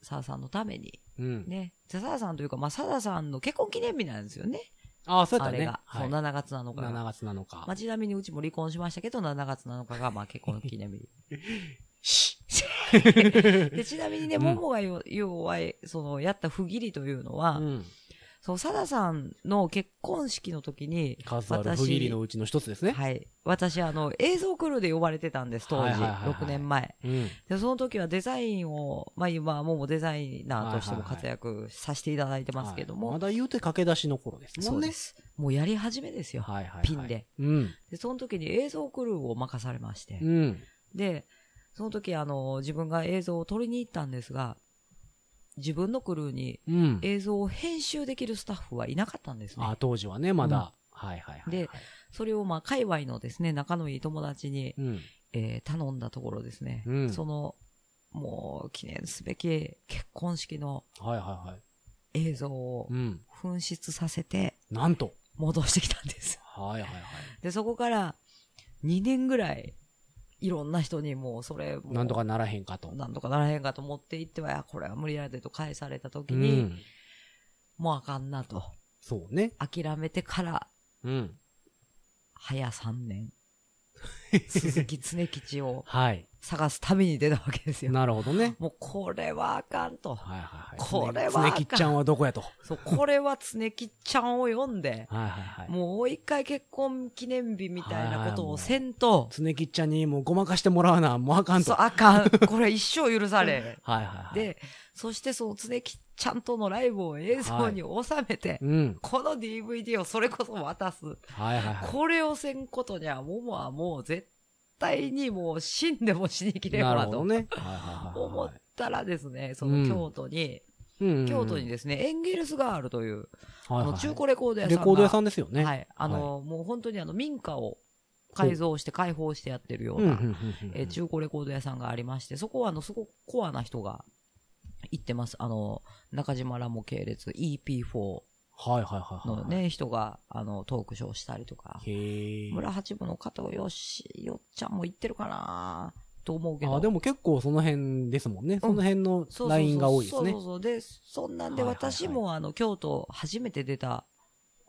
Speaker 1: サダさんのために、
Speaker 2: うん。
Speaker 1: ね、サダさんというか、まあ、サダさんの結婚記念日なんですよね。
Speaker 2: ああ、そうや
Speaker 1: あ
Speaker 2: った
Speaker 1: れ
Speaker 2: ね
Speaker 1: が。、
Speaker 2: は
Speaker 1: そ
Speaker 2: い
Speaker 1: う7月7日が。
Speaker 2: 7月7日
Speaker 1: まあ、。ちなみにうちも離婚しましたけど、7月7日が、 まあ、結婚記念日。
Speaker 2: し
Speaker 1: で、ちなみにね、
Speaker 2: うん
Speaker 1: ももがよ要は、その、やった不義理というの
Speaker 2: う
Speaker 1: は、
Speaker 2: ん。
Speaker 1: そう、サダさんの結婚式の時に、
Speaker 2: 数ある不義理のうちの一つですね。
Speaker 1: はい。私、あの、映像クルーで呼ばれてたんです、当
Speaker 2: はい
Speaker 1: 時。
Speaker 2: はいはいはい
Speaker 1: 6年前。
Speaker 2: うん。
Speaker 1: で、その時はデザインを、まあ今、ももデザイナーとしても
Speaker 2: はいはいはい
Speaker 1: 活躍させていただいてますけども、
Speaker 2: はいまだ言うて駆け出しの頃です
Speaker 1: そ
Speaker 2: も
Speaker 1: う
Speaker 2: んね。
Speaker 1: です。もうやり始めですよ。
Speaker 2: はいはいはい。
Speaker 1: ピンで。
Speaker 2: うん。
Speaker 1: で、その時に映像クルーを任されまして、
Speaker 2: うん。
Speaker 1: で、その時、あの、自分が映像を撮りに行ったんですが、自分のクルーに
Speaker 2: うん。
Speaker 1: 映像を編集できるスタッフはいなかったんですね
Speaker 2: あ。当時はね、まだ。はいはいはい。
Speaker 1: で、それをまあ、界隈のですね、仲のいい友達に、
Speaker 2: うん。
Speaker 1: えー頼んだところですね、
Speaker 2: うん
Speaker 1: その、もう、記念すべき結婚式の
Speaker 2: はいはいは
Speaker 1: 映像を
Speaker 2: い。うん。
Speaker 1: 紛失させて、
Speaker 2: なんと。
Speaker 1: 戻してきたんです。
Speaker 2: はいはいはい。
Speaker 1: で、そこから、2年ぐらい、いろんな人にもう、それ、もう
Speaker 2: なんとかならへんかと。
Speaker 1: なんとかならへんかと思っていっては、いやこれは無理やでと返された時
Speaker 2: う
Speaker 1: に、
Speaker 2: ん。
Speaker 1: もうあかんなと。
Speaker 2: そうね。
Speaker 1: 諦めてから、
Speaker 2: うん。
Speaker 1: 早3年、 鈴木常吉を
Speaker 2: はい。
Speaker 1: 探すために出たわけですよ。
Speaker 2: なるほどね。
Speaker 1: もうこれはあかんと。
Speaker 2: はいはいはい。
Speaker 1: これは
Speaker 2: つねきっちゃんはどこやと。は
Speaker 1: そう、これは常吉ちゃんを読んで、
Speaker 2: いはいはい。
Speaker 1: もう一回結婚記念日みたいなことをせんと、
Speaker 2: つねきっちゃんにもうごまかしてもらわな、もうあかんと。
Speaker 1: そう、
Speaker 2: はい
Speaker 1: あかん。これ一生許され。
Speaker 2: はいはい。、
Speaker 1: で、そしてその常吉ちゃんとのライブを映像に収めて、
Speaker 2: うん。
Speaker 1: この DVD をそれこそ渡す。
Speaker 2: はいはいは
Speaker 1: これをせんことには、ももはもう絶対にもう死んでも死にき
Speaker 2: い。
Speaker 1: れん
Speaker 2: なる
Speaker 1: わ
Speaker 2: ほど
Speaker 1: と
Speaker 2: ね。はいはいはい
Speaker 1: 思
Speaker 2: は
Speaker 1: ったらですね、そ
Speaker 2: うん
Speaker 1: の京都に、
Speaker 2: い。うん
Speaker 1: 京都にですね、エンゲルスガールという、
Speaker 2: はい
Speaker 1: あ
Speaker 2: はい
Speaker 1: の中古レコード屋さん
Speaker 2: レ
Speaker 1: が。
Speaker 2: コード屋さんですよね。。
Speaker 1: はいい。あの、もう本当にあの民家を改造して開放してやってるよ
Speaker 2: う
Speaker 1: うん
Speaker 2: うんう
Speaker 1: な、
Speaker 2: んうん
Speaker 1: えー中古レコード屋さんがありまして、そこはあの、すごくコアな人が行ってます。あの、中島らも系列 EP4
Speaker 2: はいはいはいはい。
Speaker 1: の。ね、人が、あの、トークショーしたりとか。
Speaker 2: へえ。
Speaker 1: 村八部の加藤よし、よっちゃんも行ってるかなと思うけど。
Speaker 2: あ、でも結構その辺ですもんね。その辺の
Speaker 1: そうそうそう
Speaker 2: ラインが多いですね
Speaker 1: そう。そうそう。で、そんなんで
Speaker 2: はいはいはい
Speaker 1: 私もあの、京都初めて出た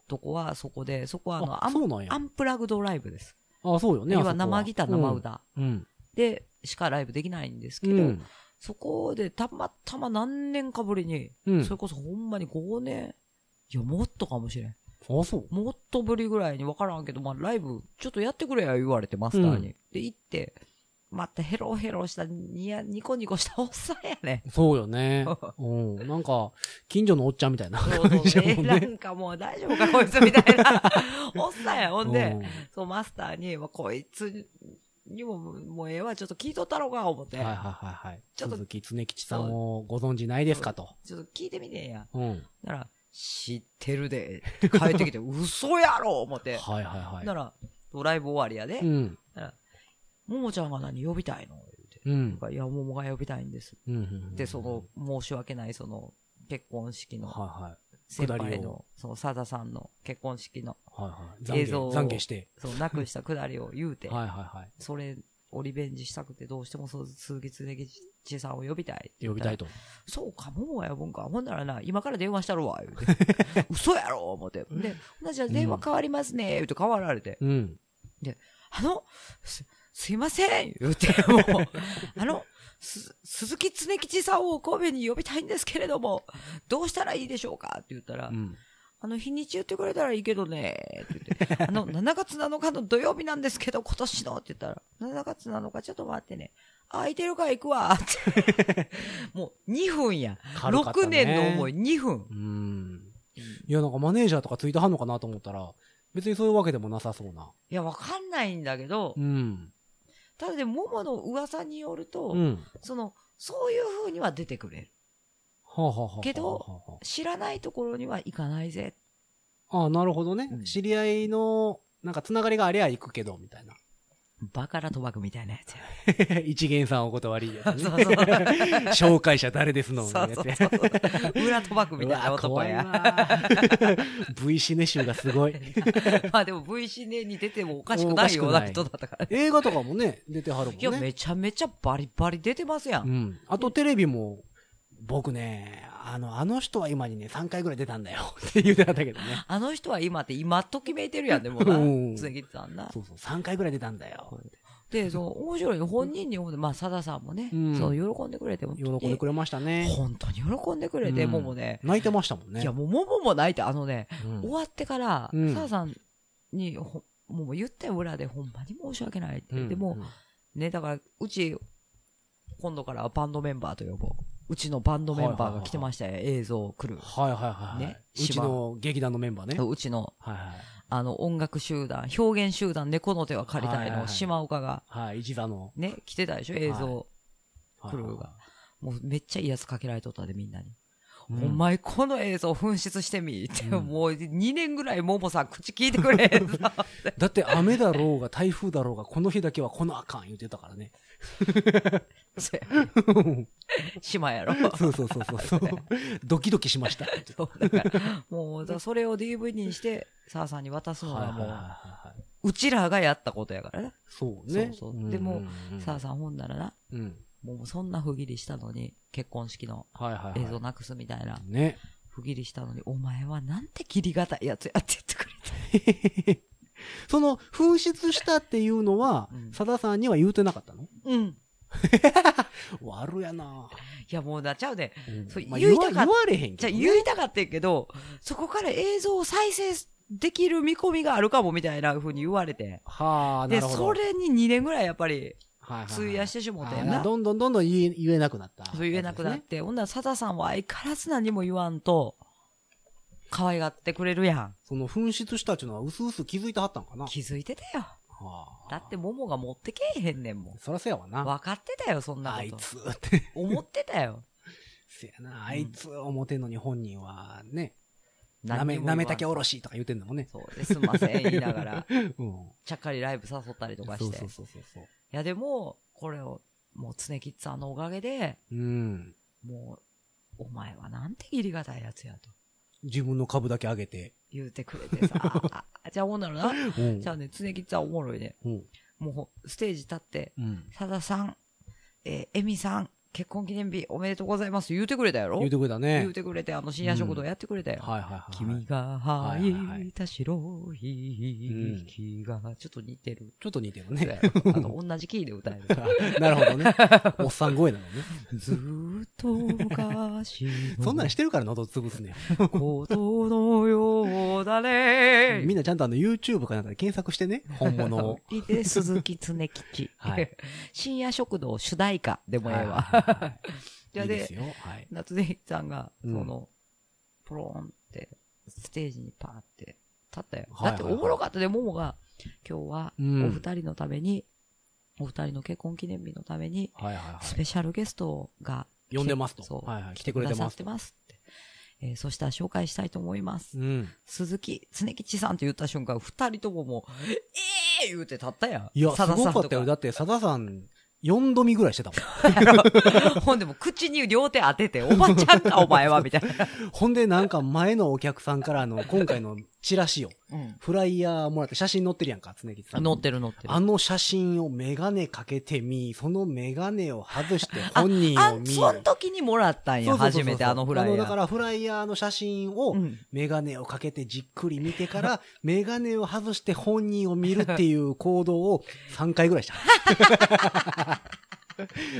Speaker 1: とこはそこで、そこはあの、
Speaker 2: あ、
Speaker 1: ア
Speaker 2: そ
Speaker 1: ン
Speaker 2: うなんや
Speaker 1: ア。ンプラグドライブです。
Speaker 2: あ、そうよね。
Speaker 1: 要
Speaker 2: あ
Speaker 1: は
Speaker 2: そこは
Speaker 1: 生ギター、生。歌
Speaker 2: うん。
Speaker 1: でしかライブできないんですけ
Speaker 2: う
Speaker 1: ど、
Speaker 2: ん。
Speaker 1: そこでたまたま何年かぶりに、
Speaker 2: うん。
Speaker 1: それこそほんまに5年、いや、もっとかもしれん。
Speaker 2: あ、そう。
Speaker 1: もっとぶりぐらいに分からんけど、まあ、ライブ、ちょっとやってくれや言われて、マスターに。
Speaker 2: う
Speaker 1: で、行って、またヘロヘロした、ニヤ、ニコニコしたおっさんやね。
Speaker 2: そう よね。うん。なんか、近所のおっちゃんみたいな
Speaker 1: そう
Speaker 2: 感
Speaker 1: そう
Speaker 2: じ
Speaker 1: そ
Speaker 2: や
Speaker 1: うえ
Speaker 2: も ん
Speaker 1: な
Speaker 2: ね。
Speaker 1: んかもう大丈夫か、こいつみたいな。 おっさんや。ほんで、
Speaker 2: う
Speaker 1: そう、マスターに、まあ、こいつにも、もうええわ、ちょっと聞いとったろか、思って。
Speaker 2: んはいはいはいはい。
Speaker 1: ちょっと
Speaker 2: 鈴木常吉さんをご存知ないですかと。
Speaker 1: ちょっと聞いてみてんや。
Speaker 2: うん。
Speaker 1: なら、知ってるで、帰ってき て、嘘やろ思って。
Speaker 2: はいはい
Speaker 1: な
Speaker 2: は
Speaker 1: ら、ドライブ終わりやで
Speaker 2: い。う、ん。
Speaker 1: ももちゃんが何呼びたいの言うて。
Speaker 2: うん。
Speaker 1: いや、ももが呼びたいんです。
Speaker 2: うんうん。
Speaker 1: で、その、申し訳ない、その、結婚式の、
Speaker 2: はいはい。
Speaker 1: 先
Speaker 2: 下り
Speaker 1: 輩
Speaker 2: を
Speaker 1: の、その、さださんの結婚式の、
Speaker 2: はいはい。懺
Speaker 1: 映像
Speaker 2: 悔、
Speaker 1: を
Speaker 2: 懺悔して。
Speaker 1: そう、なくしたくだりを 言うて、
Speaker 2: はいはいは
Speaker 1: それをリベンジしたくて、どうしてもそう鈴木つねぎちさんを呼びたい。
Speaker 2: い。呼びたい。と。
Speaker 1: そうか、ももが呼ぶんか。ほんならな、今から電話したるわ、言う て。嘘やろ思って。で、ほなじゃあ電話変わりますね、言うて変わられて。
Speaker 2: うん。
Speaker 1: あの、す、すいません言うて、 もう、あの、す、鈴木つねきちさんを神戸に呼びたいんですけれども、どうしたらいいでしょうかって言ったら、
Speaker 2: うん。
Speaker 1: あの、日にち言ってくれたらいいけどね、って言って、あ の、7月7日の土曜日なんですけど、今年のって言ったら、7月7日ちょっと待ってね。あ空いてるから行くわ、って。 もう、2分や。
Speaker 2: 軽かったね
Speaker 1: 6年の思い、2分。
Speaker 2: うん。いや、なんかマネージャーとかついてはんのかなと思ったら、別にそういうわけでもなさそうな。
Speaker 1: いや、わかんないんだけど
Speaker 2: う、ん。
Speaker 1: ただでも、ももの噂によると、
Speaker 2: うん。
Speaker 1: その、そういう風には出てくれる。
Speaker 2: はあはあはあはあ。
Speaker 1: けど
Speaker 2: はあは
Speaker 1: 知らないところには行かないぜ。
Speaker 2: あ、ああなるほどね
Speaker 1: う。ん
Speaker 2: 知り合いの、なんかつながりがありゃ行くけど、みた いな。
Speaker 1: バカラ賭博みたいなやつや。
Speaker 2: 一元さんお断りやつね
Speaker 1: そうそう
Speaker 2: 紹介者誰ですの
Speaker 1: そう
Speaker 2: み
Speaker 1: そ
Speaker 2: たいうな
Speaker 1: そ
Speaker 2: や
Speaker 1: う
Speaker 2: つや。。
Speaker 1: 裏賭博みたいな男や。
Speaker 2: や。V シネ集がすごい。
Speaker 1: まあでも V シネに出てもおかしくないような人だったからね。
Speaker 2: 映画とかもね、出てはるもんね。
Speaker 1: いや、めちゃめちゃバリバリ出てますや。
Speaker 2: うんん。あとテレビも、僕ね、あの、あの人は今にね、3回ぐらい出たんだよ って言ってはったけどね。
Speaker 1: あの人は今って今ときめいてるやん、でも
Speaker 2: うん
Speaker 1: な。つなぎってたんな。
Speaker 2: そうそう、3回ぐらい出たんだよ。
Speaker 1: で、その、面白いの本人に思って、まあ、さださんもね、
Speaker 2: うん
Speaker 1: そう、喜んでくれて、本
Speaker 2: 喜んでくれました
Speaker 1: 当に
Speaker 2: ね。
Speaker 1: 本当に喜んでくれて、
Speaker 2: うん
Speaker 1: ももね、
Speaker 2: 泣いてましたもんね。
Speaker 1: いや、もう、ももも泣いて、あのね、
Speaker 2: うん
Speaker 1: 終わってから、
Speaker 2: うん
Speaker 1: さださんに、ほもも言って裏で、ほんまに申し訳ないって。
Speaker 2: うん
Speaker 1: でも、ね、だから、うち、今度からバンドメンバーと呼ぼう。うちのバンドメンバーが来てましたよ、映像来る。
Speaker 2: はいはいはいはい。
Speaker 1: ね
Speaker 2: うちの劇団のメンバーね。
Speaker 1: そううちの、
Speaker 2: はいはい。
Speaker 1: あの、音楽集団、表現集団、猫の手は借りた
Speaker 2: はい
Speaker 1: い
Speaker 2: はいは
Speaker 1: の、
Speaker 2: い
Speaker 1: 島岡が、
Speaker 2: はい、一座の。
Speaker 1: ね、来てたでしょ、映像。
Speaker 2: はいはい
Speaker 1: 来
Speaker 2: は
Speaker 1: る
Speaker 2: い
Speaker 1: がもうめっちゃいいやつかけられとったで、みんなに。
Speaker 2: うん
Speaker 1: お前、この映像紛失してみって、
Speaker 2: うん
Speaker 1: もう2年ぐらい、ももさん口聞いてく れ。
Speaker 2: だって雨だろうが台風だろうがこの日だけは来なあかん言ってたから ね。
Speaker 1: そう島やろ。
Speaker 2: そうそうそうそうそう。ドキドキしました。
Speaker 1: そうだからもう、だからそれを DVD にして、澤さんに渡すの
Speaker 2: はい
Speaker 1: が
Speaker 2: はいは
Speaker 1: も
Speaker 2: い
Speaker 1: う、
Speaker 2: はいう
Speaker 1: ちらがやったことやからね。
Speaker 2: そうね。
Speaker 1: そうそうんでも、
Speaker 2: うん
Speaker 1: 澤さんほんならな、
Speaker 2: うん。
Speaker 1: もうそんな不義理したのに、結婚式の
Speaker 2: はいはいはい。
Speaker 1: 映像なくすみたいな、
Speaker 2: ね。
Speaker 1: 不義理したのに、お前はなんて切りがたいやつやって言ってくれ
Speaker 2: その、紛失したっていうのは
Speaker 1: う、ん
Speaker 2: さださんには言うてなかったの
Speaker 1: た。うん。
Speaker 2: 悪やない
Speaker 1: や、もうなっちゃうね。
Speaker 2: うん
Speaker 1: そう
Speaker 2: まあ
Speaker 1: 言
Speaker 2: 言
Speaker 1: い
Speaker 2: わ
Speaker 1: たかっ
Speaker 2: 言われへん
Speaker 1: じゃ
Speaker 2: け
Speaker 1: あ
Speaker 2: ど。
Speaker 1: 言いたかったんやけど、そこから映像を再生できる見込みがあるかもみたいな風に言われて。
Speaker 2: はあ、な
Speaker 1: で、
Speaker 2: るほど。
Speaker 1: それに2年ぐらいやっぱり
Speaker 2: はいはいはい、
Speaker 1: 費やしてしもうてん
Speaker 2: あー
Speaker 1: な。
Speaker 2: どんどんどんどん言え言えなくなった。
Speaker 1: そう言えなくなっ
Speaker 2: ね
Speaker 1: て。ほんなら、サザさんは相変わらず何も言わんと、可愛がってくれるやん。
Speaker 2: その紛失したっていうのは、うすうす気づいてはったんかな。
Speaker 1: 気づいてたよ。
Speaker 2: はあ
Speaker 1: だって、、モモが持ってけえへんねんも
Speaker 2: そらせやわ
Speaker 1: ん。
Speaker 2: な。
Speaker 1: 分かってたよ、そんな
Speaker 2: あい
Speaker 1: こと。
Speaker 2: つって。
Speaker 1: 思ってた よ。
Speaker 2: せやな、あいつ思てんのに本人はね、な
Speaker 1: 何
Speaker 2: め、
Speaker 1: にも言わん
Speaker 2: なめたけおろしとか言ってんだもんね。
Speaker 1: そうです。すんません、言いなが ら、
Speaker 2: うん。
Speaker 1: ちゃっかりライブ誘ったりとかして。
Speaker 2: そうそうそうそうそう。
Speaker 1: いや、でも、これを、もう、常吉さんのおかげで、
Speaker 2: うん。
Speaker 1: もう、お前はなんて義理がたいやつやと
Speaker 2: 自分の株だけ上げて。
Speaker 1: 言うてくれて さ。あじゃあ、ほんならな。
Speaker 2: うん
Speaker 1: じゃあね、常吉さんおもろいね。
Speaker 2: うん。
Speaker 1: もう、ステージ立って、
Speaker 2: うん。
Speaker 1: さださん、えー、えみさん、結婚記念日おめでとうございます。言うてくれたやろ
Speaker 2: 言うてくれたね
Speaker 1: 言う。てくれて、あの、深夜食堂やってくれたよ。
Speaker 2: はいはいはい。
Speaker 1: 君が
Speaker 2: はいはい
Speaker 1: 吐いた白い息が、ちょっと似てる。
Speaker 2: ちょっと似てるね。
Speaker 1: あの、同じキーで歌える。
Speaker 2: なるほど ね。おっさん声なのね。
Speaker 1: ずーっと昔
Speaker 2: そんなん
Speaker 1: の
Speaker 2: してるから喉潰すね。
Speaker 1: ことのようだね。
Speaker 2: みんなちゃんとあの YouTube かなんかで検索し てね。本物を。
Speaker 1: いで、鈴木常吉。
Speaker 2: はい
Speaker 1: 深夜食堂主題歌でもええわ。
Speaker 2: わ。い
Speaker 1: じゃ
Speaker 2: い
Speaker 1: あ
Speaker 2: で、
Speaker 1: です
Speaker 2: よ。はい。
Speaker 1: 夏でさんが、そ
Speaker 2: うん
Speaker 1: の、ポローンって、ステージにパーって立ったよ。
Speaker 2: は
Speaker 1: だ
Speaker 2: いは
Speaker 1: っ
Speaker 2: い
Speaker 1: ておもろかったで、ももが、今日は、お
Speaker 2: うん
Speaker 1: 二人のために、お二人の結婚記念日のために、
Speaker 2: はいはいは
Speaker 1: スペシャルゲストが、
Speaker 2: い。呼んでますと。
Speaker 1: そう
Speaker 2: はいはい。来てくれて
Speaker 1: くだ
Speaker 2: ま
Speaker 1: さっ
Speaker 2: す
Speaker 1: て
Speaker 2: と。
Speaker 1: ますって。えーそしたら紹介したいと思います。
Speaker 2: うん。
Speaker 1: 鈴木常吉さんって言った瞬間、二人とももう、ええー、言うて立ったやん。
Speaker 2: いや、す
Speaker 1: さだ
Speaker 2: ご
Speaker 1: さん
Speaker 2: か
Speaker 1: と
Speaker 2: ったよ。だって、さださん、4度見ぐらいしてたも
Speaker 1: ほんでもう口に両手当てて、おばちゃんかお前は、みたいな。
Speaker 2: ん。ほんで、なんか前のお客さんからあの、今回のチラシを、
Speaker 1: うん
Speaker 2: フライヤーもらって写真載ってるやんか、常吉さん。
Speaker 1: 乗ってる乗ってる。
Speaker 2: あの写真をメガネかけてみ、そのメガネを外して本 人
Speaker 1: あ
Speaker 2: を、見。
Speaker 1: その時にもらったん
Speaker 2: そ
Speaker 1: や、
Speaker 2: うそうそうそう
Speaker 1: 初めてあのフライヤー。
Speaker 2: だからフライヤーの写真を
Speaker 1: う、ん
Speaker 2: メガネをかけてじっくり見てから、メガネを外して本人を見るっていう行動を3 回ぐらいした。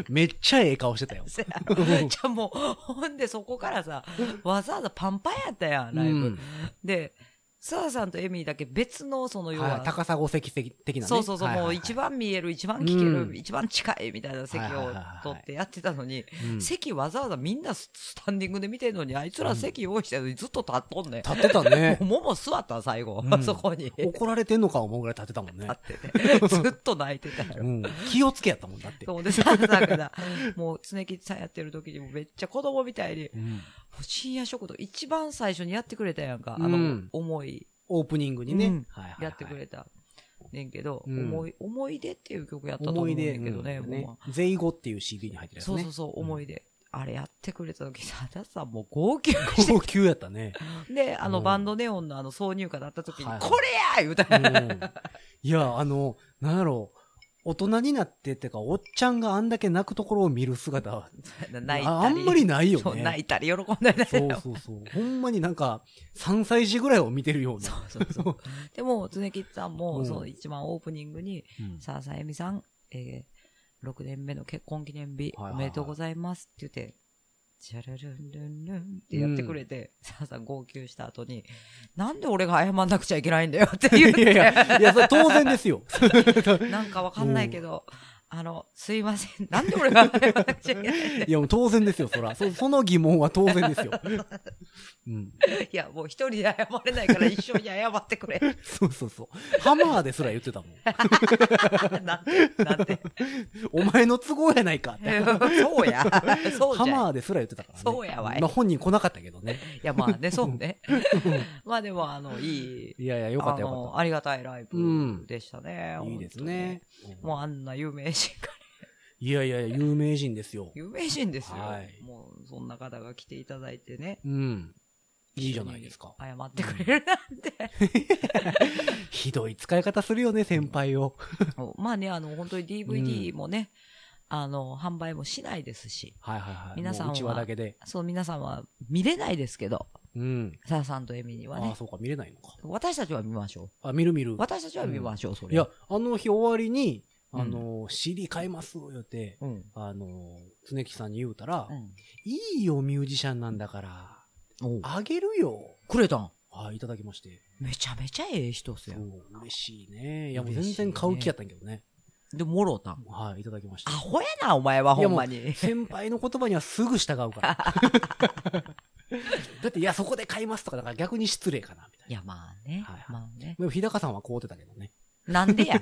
Speaker 2: めっちゃええ顔してたよ。
Speaker 1: せやろ じゃあもう、ほんでそこからさ、わざわざパンパンやったやん、ライブ。
Speaker 2: うん
Speaker 1: で、サーさんとエミーだけ別の、その要は、
Speaker 2: はい、高砂席的なね。
Speaker 1: そうそうそう、
Speaker 2: はいはい
Speaker 1: も
Speaker 2: は
Speaker 1: う
Speaker 2: い
Speaker 1: 一、番見える、一番聞ける、
Speaker 2: うん
Speaker 1: 一番近いみたいな席
Speaker 2: はいはい
Speaker 1: を
Speaker 2: はいはい
Speaker 1: 取ってやってたのに、
Speaker 2: うん立
Speaker 1: 席わざわざみんなススタンディングで見てるのに、あいつら席用意してるのにずっと立っとんねん。
Speaker 2: ってた ね。
Speaker 1: もうもも座ったん最後、
Speaker 2: うん
Speaker 1: そこ に。立
Speaker 2: 怒られてんのか思うぐらい立ってたもんね。
Speaker 1: って て、ずっと泣いてたやろ
Speaker 2: うん、気をつけやったもんだって。
Speaker 1: そうで、さ、だ から、もう、常吉さんやってる時にもめっちゃ子供みたいに、
Speaker 2: うん
Speaker 1: 深夜食堂一番最初にやってくれたやんか、あ
Speaker 2: う
Speaker 1: の
Speaker 2: ん、
Speaker 1: 思い、
Speaker 2: オープニングにね、
Speaker 1: うん
Speaker 2: はいはいはい
Speaker 1: やってくれた。ねんけど、
Speaker 2: うん
Speaker 1: 思い、思い出っていう曲やったと思う
Speaker 2: 思
Speaker 1: ん
Speaker 2: い
Speaker 1: だ
Speaker 2: 出、
Speaker 1: けどね、
Speaker 2: うん
Speaker 1: もうまあ
Speaker 2: ゼイゴっていう CD に入ってるやつ
Speaker 1: そう
Speaker 2: ね。
Speaker 1: そうそう、
Speaker 2: ん
Speaker 1: 思い出。あれやってくれた時さ、ださんもう号泣し
Speaker 2: 高級やったね。
Speaker 1: て、で、あ
Speaker 2: う
Speaker 1: の
Speaker 2: ん
Speaker 1: バンドネオンのあの挿入歌だった時に、
Speaker 2: はいはい
Speaker 1: これや言うた
Speaker 2: う
Speaker 1: ら、
Speaker 2: んいや、あの、なんやろう、大人になってってか、おっちゃんがあんだけ泣くところを見る姿は、
Speaker 1: 泣いたり。
Speaker 2: ああんまりないよ
Speaker 1: そう泣
Speaker 2: ね。
Speaker 1: いたり喜んだりね。
Speaker 2: そうそうそう。ほんまになんか、3歳児ぐらいを見てるよう
Speaker 1: そ
Speaker 2: な。
Speaker 1: うそうそう。でも、常吉さんも、
Speaker 2: うん
Speaker 1: その一番オープニングに、
Speaker 2: うん
Speaker 1: さあさあえみさん、えー、6年目の結婚記念日、
Speaker 2: はいはいはい
Speaker 1: おめでとうございますって言って、チャラルンルンルンってやってくれて、さあさあ号泣した後に、なんで俺が謝んなくちゃいけないんだよって言っ
Speaker 2: いやい
Speaker 1: て、
Speaker 2: や、いや、それ当然ですよ。
Speaker 1: なんかわかんないけど、あの、すいません、なんで俺が謝んなくちゃいけないんだよ。
Speaker 2: いや、もう当然ですよ、そら。そその疑問は当然ですよ。うん。
Speaker 1: いや、もう一人で謝れないから一緒に謝って くれ。
Speaker 2: そうそうそう。ハマーですら言って たもん。
Speaker 1: なんて、なん て。
Speaker 2: お前の都合やないかって。
Speaker 1: そうや。そうじ
Speaker 2: ハ
Speaker 1: ゃん。
Speaker 2: マーですら言ってたからね。
Speaker 1: そうやわい
Speaker 2: まあ本人来なかったけどね。
Speaker 1: いや、まあね、そうね。まあでも、あの、いい、
Speaker 2: いやいや、よかったよ
Speaker 1: あ
Speaker 2: かっ
Speaker 1: のありがたいライブでしたね。
Speaker 2: た。いいですね。
Speaker 1: 本当に。もうあんな有名人から、
Speaker 2: いやいやいや、有名人ですよ。
Speaker 1: 有名人ですよ。
Speaker 2: はい
Speaker 1: もう、そんな方が来ていただいてね。
Speaker 2: うん。いいじゃないですか。
Speaker 1: 一緒に謝ってくれるなんて。
Speaker 2: ひどい使い方するよね、先輩を。
Speaker 1: まあね、あの、本当に DVD もね、あの、販売もしないですし、
Speaker 2: はいはいはい。
Speaker 1: 皆さんは
Speaker 2: もううちわだけで。
Speaker 1: そう、皆さんは見れないですけど、
Speaker 2: うん。
Speaker 1: サラさんとエミには
Speaker 2: あ
Speaker 1: ね
Speaker 2: あ、。そうか、見れないのか。
Speaker 1: 私たちは見ましょう。
Speaker 2: あ、見る見る。
Speaker 1: 私たちは見ましょう、それ。
Speaker 2: いや、、あの日終わりに、
Speaker 1: うん
Speaker 2: あの、CD 買います、言うて、
Speaker 1: うん。
Speaker 2: あの、常木さんに言うたら
Speaker 1: う、ん
Speaker 2: いいよ、ミュージシャンなんだから、
Speaker 1: おう
Speaker 2: あげるよ。
Speaker 1: くれたん
Speaker 2: はい、いただきまして。
Speaker 1: めちゃめちゃええ人っすよ。
Speaker 2: そう嬉しいね。いや、もう
Speaker 1: 嬉しい
Speaker 2: 全
Speaker 1: ね
Speaker 2: 然買う気やったんやけどね。
Speaker 1: で、もろたん。
Speaker 2: はい、いただきまし
Speaker 1: ア
Speaker 2: た。
Speaker 1: ホやな、お前は、
Speaker 2: い
Speaker 1: ほ
Speaker 2: や
Speaker 1: ん
Speaker 2: もう
Speaker 1: まに。
Speaker 2: 先輩の言葉にはすぐ従うから。 だって、いや、そこで買いますとか、だから逆に失礼かな、みたい
Speaker 1: いや、まあね。
Speaker 2: はいはい
Speaker 1: まあね。
Speaker 2: な。でも、日高さんはこうてたけどね。
Speaker 1: なん でや。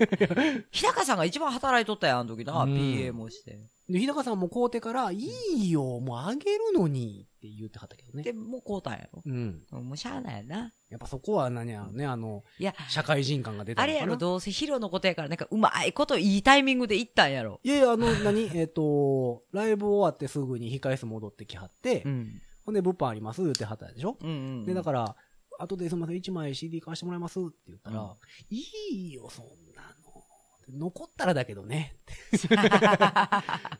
Speaker 1: 日高さんが一番働いとったやん、あの時な。
Speaker 2: うん
Speaker 1: PA もして。
Speaker 2: で、日高さんもこうてから、いいよ、もうあげるのに、って言ってはったけどね。
Speaker 1: で、もうこうたんやろ。
Speaker 2: うん。
Speaker 1: もうしゃあないやな。
Speaker 2: やっぱそこは何やろね、あの、
Speaker 1: いや、
Speaker 2: 社会人感が出た
Speaker 1: あ
Speaker 2: のか
Speaker 1: れ
Speaker 2: な
Speaker 1: やろ、どうせヒロのことやから、なんかうまいこといいタイミングで行ったんやろ。
Speaker 2: いやいや、あの、 何えっと、ライブ終わってすぐに控え室戻ってきはって、
Speaker 1: うん。
Speaker 2: ほんで、物販あります言ってはったでしょ
Speaker 1: うんうん。
Speaker 2: で、だ
Speaker 1: ら、
Speaker 2: から、後ですみません、1枚 CD 買わしてもらいますって言ったら、
Speaker 1: うん
Speaker 2: いいよ、そんなの。残ったらだけ どね。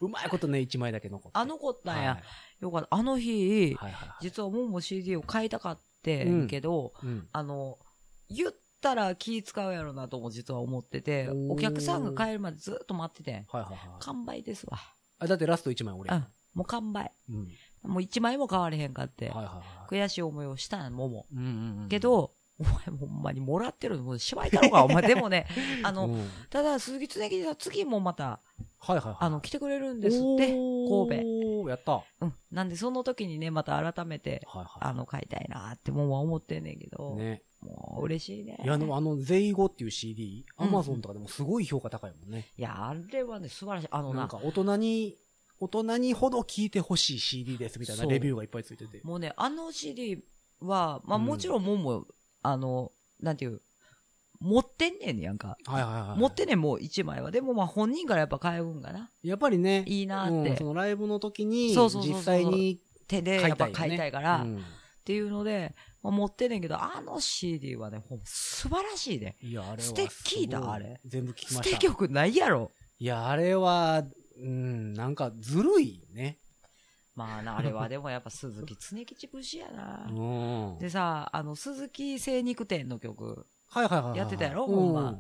Speaker 2: うまいことね、1枚だけ残っ て。
Speaker 1: あ残ったんや。
Speaker 2: はい
Speaker 1: よかった。あの日、
Speaker 2: はいはいはい。
Speaker 1: 実はもうも CD を買いたかって
Speaker 2: うん
Speaker 1: んけど、
Speaker 2: うん。
Speaker 1: あの、言ったら気使うやろなとも実は思ってて、
Speaker 2: おー
Speaker 1: お客さんが帰るまでずっと待っててん。
Speaker 2: はいはいはい。
Speaker 1: 完売ですわ。
Speaker 2: あだってラスト1枚俺
Speaker 1: う
Speaker 2: や
Speaker 1: ん。もう完売。
Speaker 2: うん。
Speaker 1: もう一枚も買われへんかって。
Speaker 2: はいはいはい。
Speaker 1: 悔しい思いをしたん、もも。
Speaker 2: うんうんうん
Speaker 1: け、ど、お前ほんまにもらってるのもうしまいたのか、お 前。でもね、あ
Speaker 2: うん
Speaker 1: の、
Speaker 2: はい
Speaker 1: ただ鈴木常吉さん、次もまた、
Speaker 2: はいはい。
Speaker 1: あの、来てくれるんですって。
Speaker 2: お
Speaker 1: 神
Speaker 2: ーやった。はい
Speaker 1: うん。なんで、その時にね、また改めて、
Speaker 2: は
Speaker 1: あの、買いたいなって、もう思ってんねんけ
Speaker 2: い。
Speaker 1: ど、
Speaker 2: ね。
Speaker 1: もう嬉しいね。
Speaker 2: いや、でもあの、ゼイゴっていう CD、
Speaker 1: うん
Speaker 2: アマゾンとかでもすごい評価高いもんね。
Speaker 1: いや、あれはね、素晴らしい。あの
Speaker 2: な、
Speaker 1: なん
Speaker 2: か大人に、大人にほど聴いてほしい CD ですみたいな
Speaker 1: そう
Speaker 2: レビューがいっぱいついてて。
Speaker 1: もうね、あの CD は、まあ
Speaker 2: うん
Speaker 1: もちろんもうもう、あの、なんていう、持ってんねんやんか。
Speaker 2: はいはいはい。
Speaker 1: 持ってんねん、もう一枚は。でもまあ本人からやっぱ買うんかな。
Speaker 2: やっぱりね、
Speaker 1: いいなっ
Speaker 2: うん
Speaker 1: て
Speaker 2: そ。のライブの時に、
Speaker 1: そうそうそうそう
Speaker 2: 実際に
Speaker 1: 手で
Speaker 2: 買
Speaker 1: や
Speaker 2: い
Speaker 1: ったぱ
Speaker 2: いよね。
Speaker 1: 買いたいから、
Speaker 2: う
Speaker 1: っ
Speaker 2: ん
Speaker 1: ていうので、まあ持ってんねんけど、あの CD はね、ほんま素晴らしいね。
Speaker 2: いや、あれはす
Speaker 1: 素
Speaker 2: ごい。
Speaker 1: 敵だあれ
Speaker 2: 全部聞き
Speaker 1: 素
Speaker 2: ました。
Speaker 1: 敵よくないやろ。
Speaker 2: いや、あれは、うん、なんかずるいね。
Speaker 1: まあな、あれはでもやっぱ鈴木常吉節やな。
Speaker 2: うん。はい
Speaker 1: でさ、あの、鈴木精肉店の曲、
Speaker 2: はいはいはい。
Speaker 1: やってたやろ
Speaker 2: う
Speaker 1: ほんま
Speaker 2: はい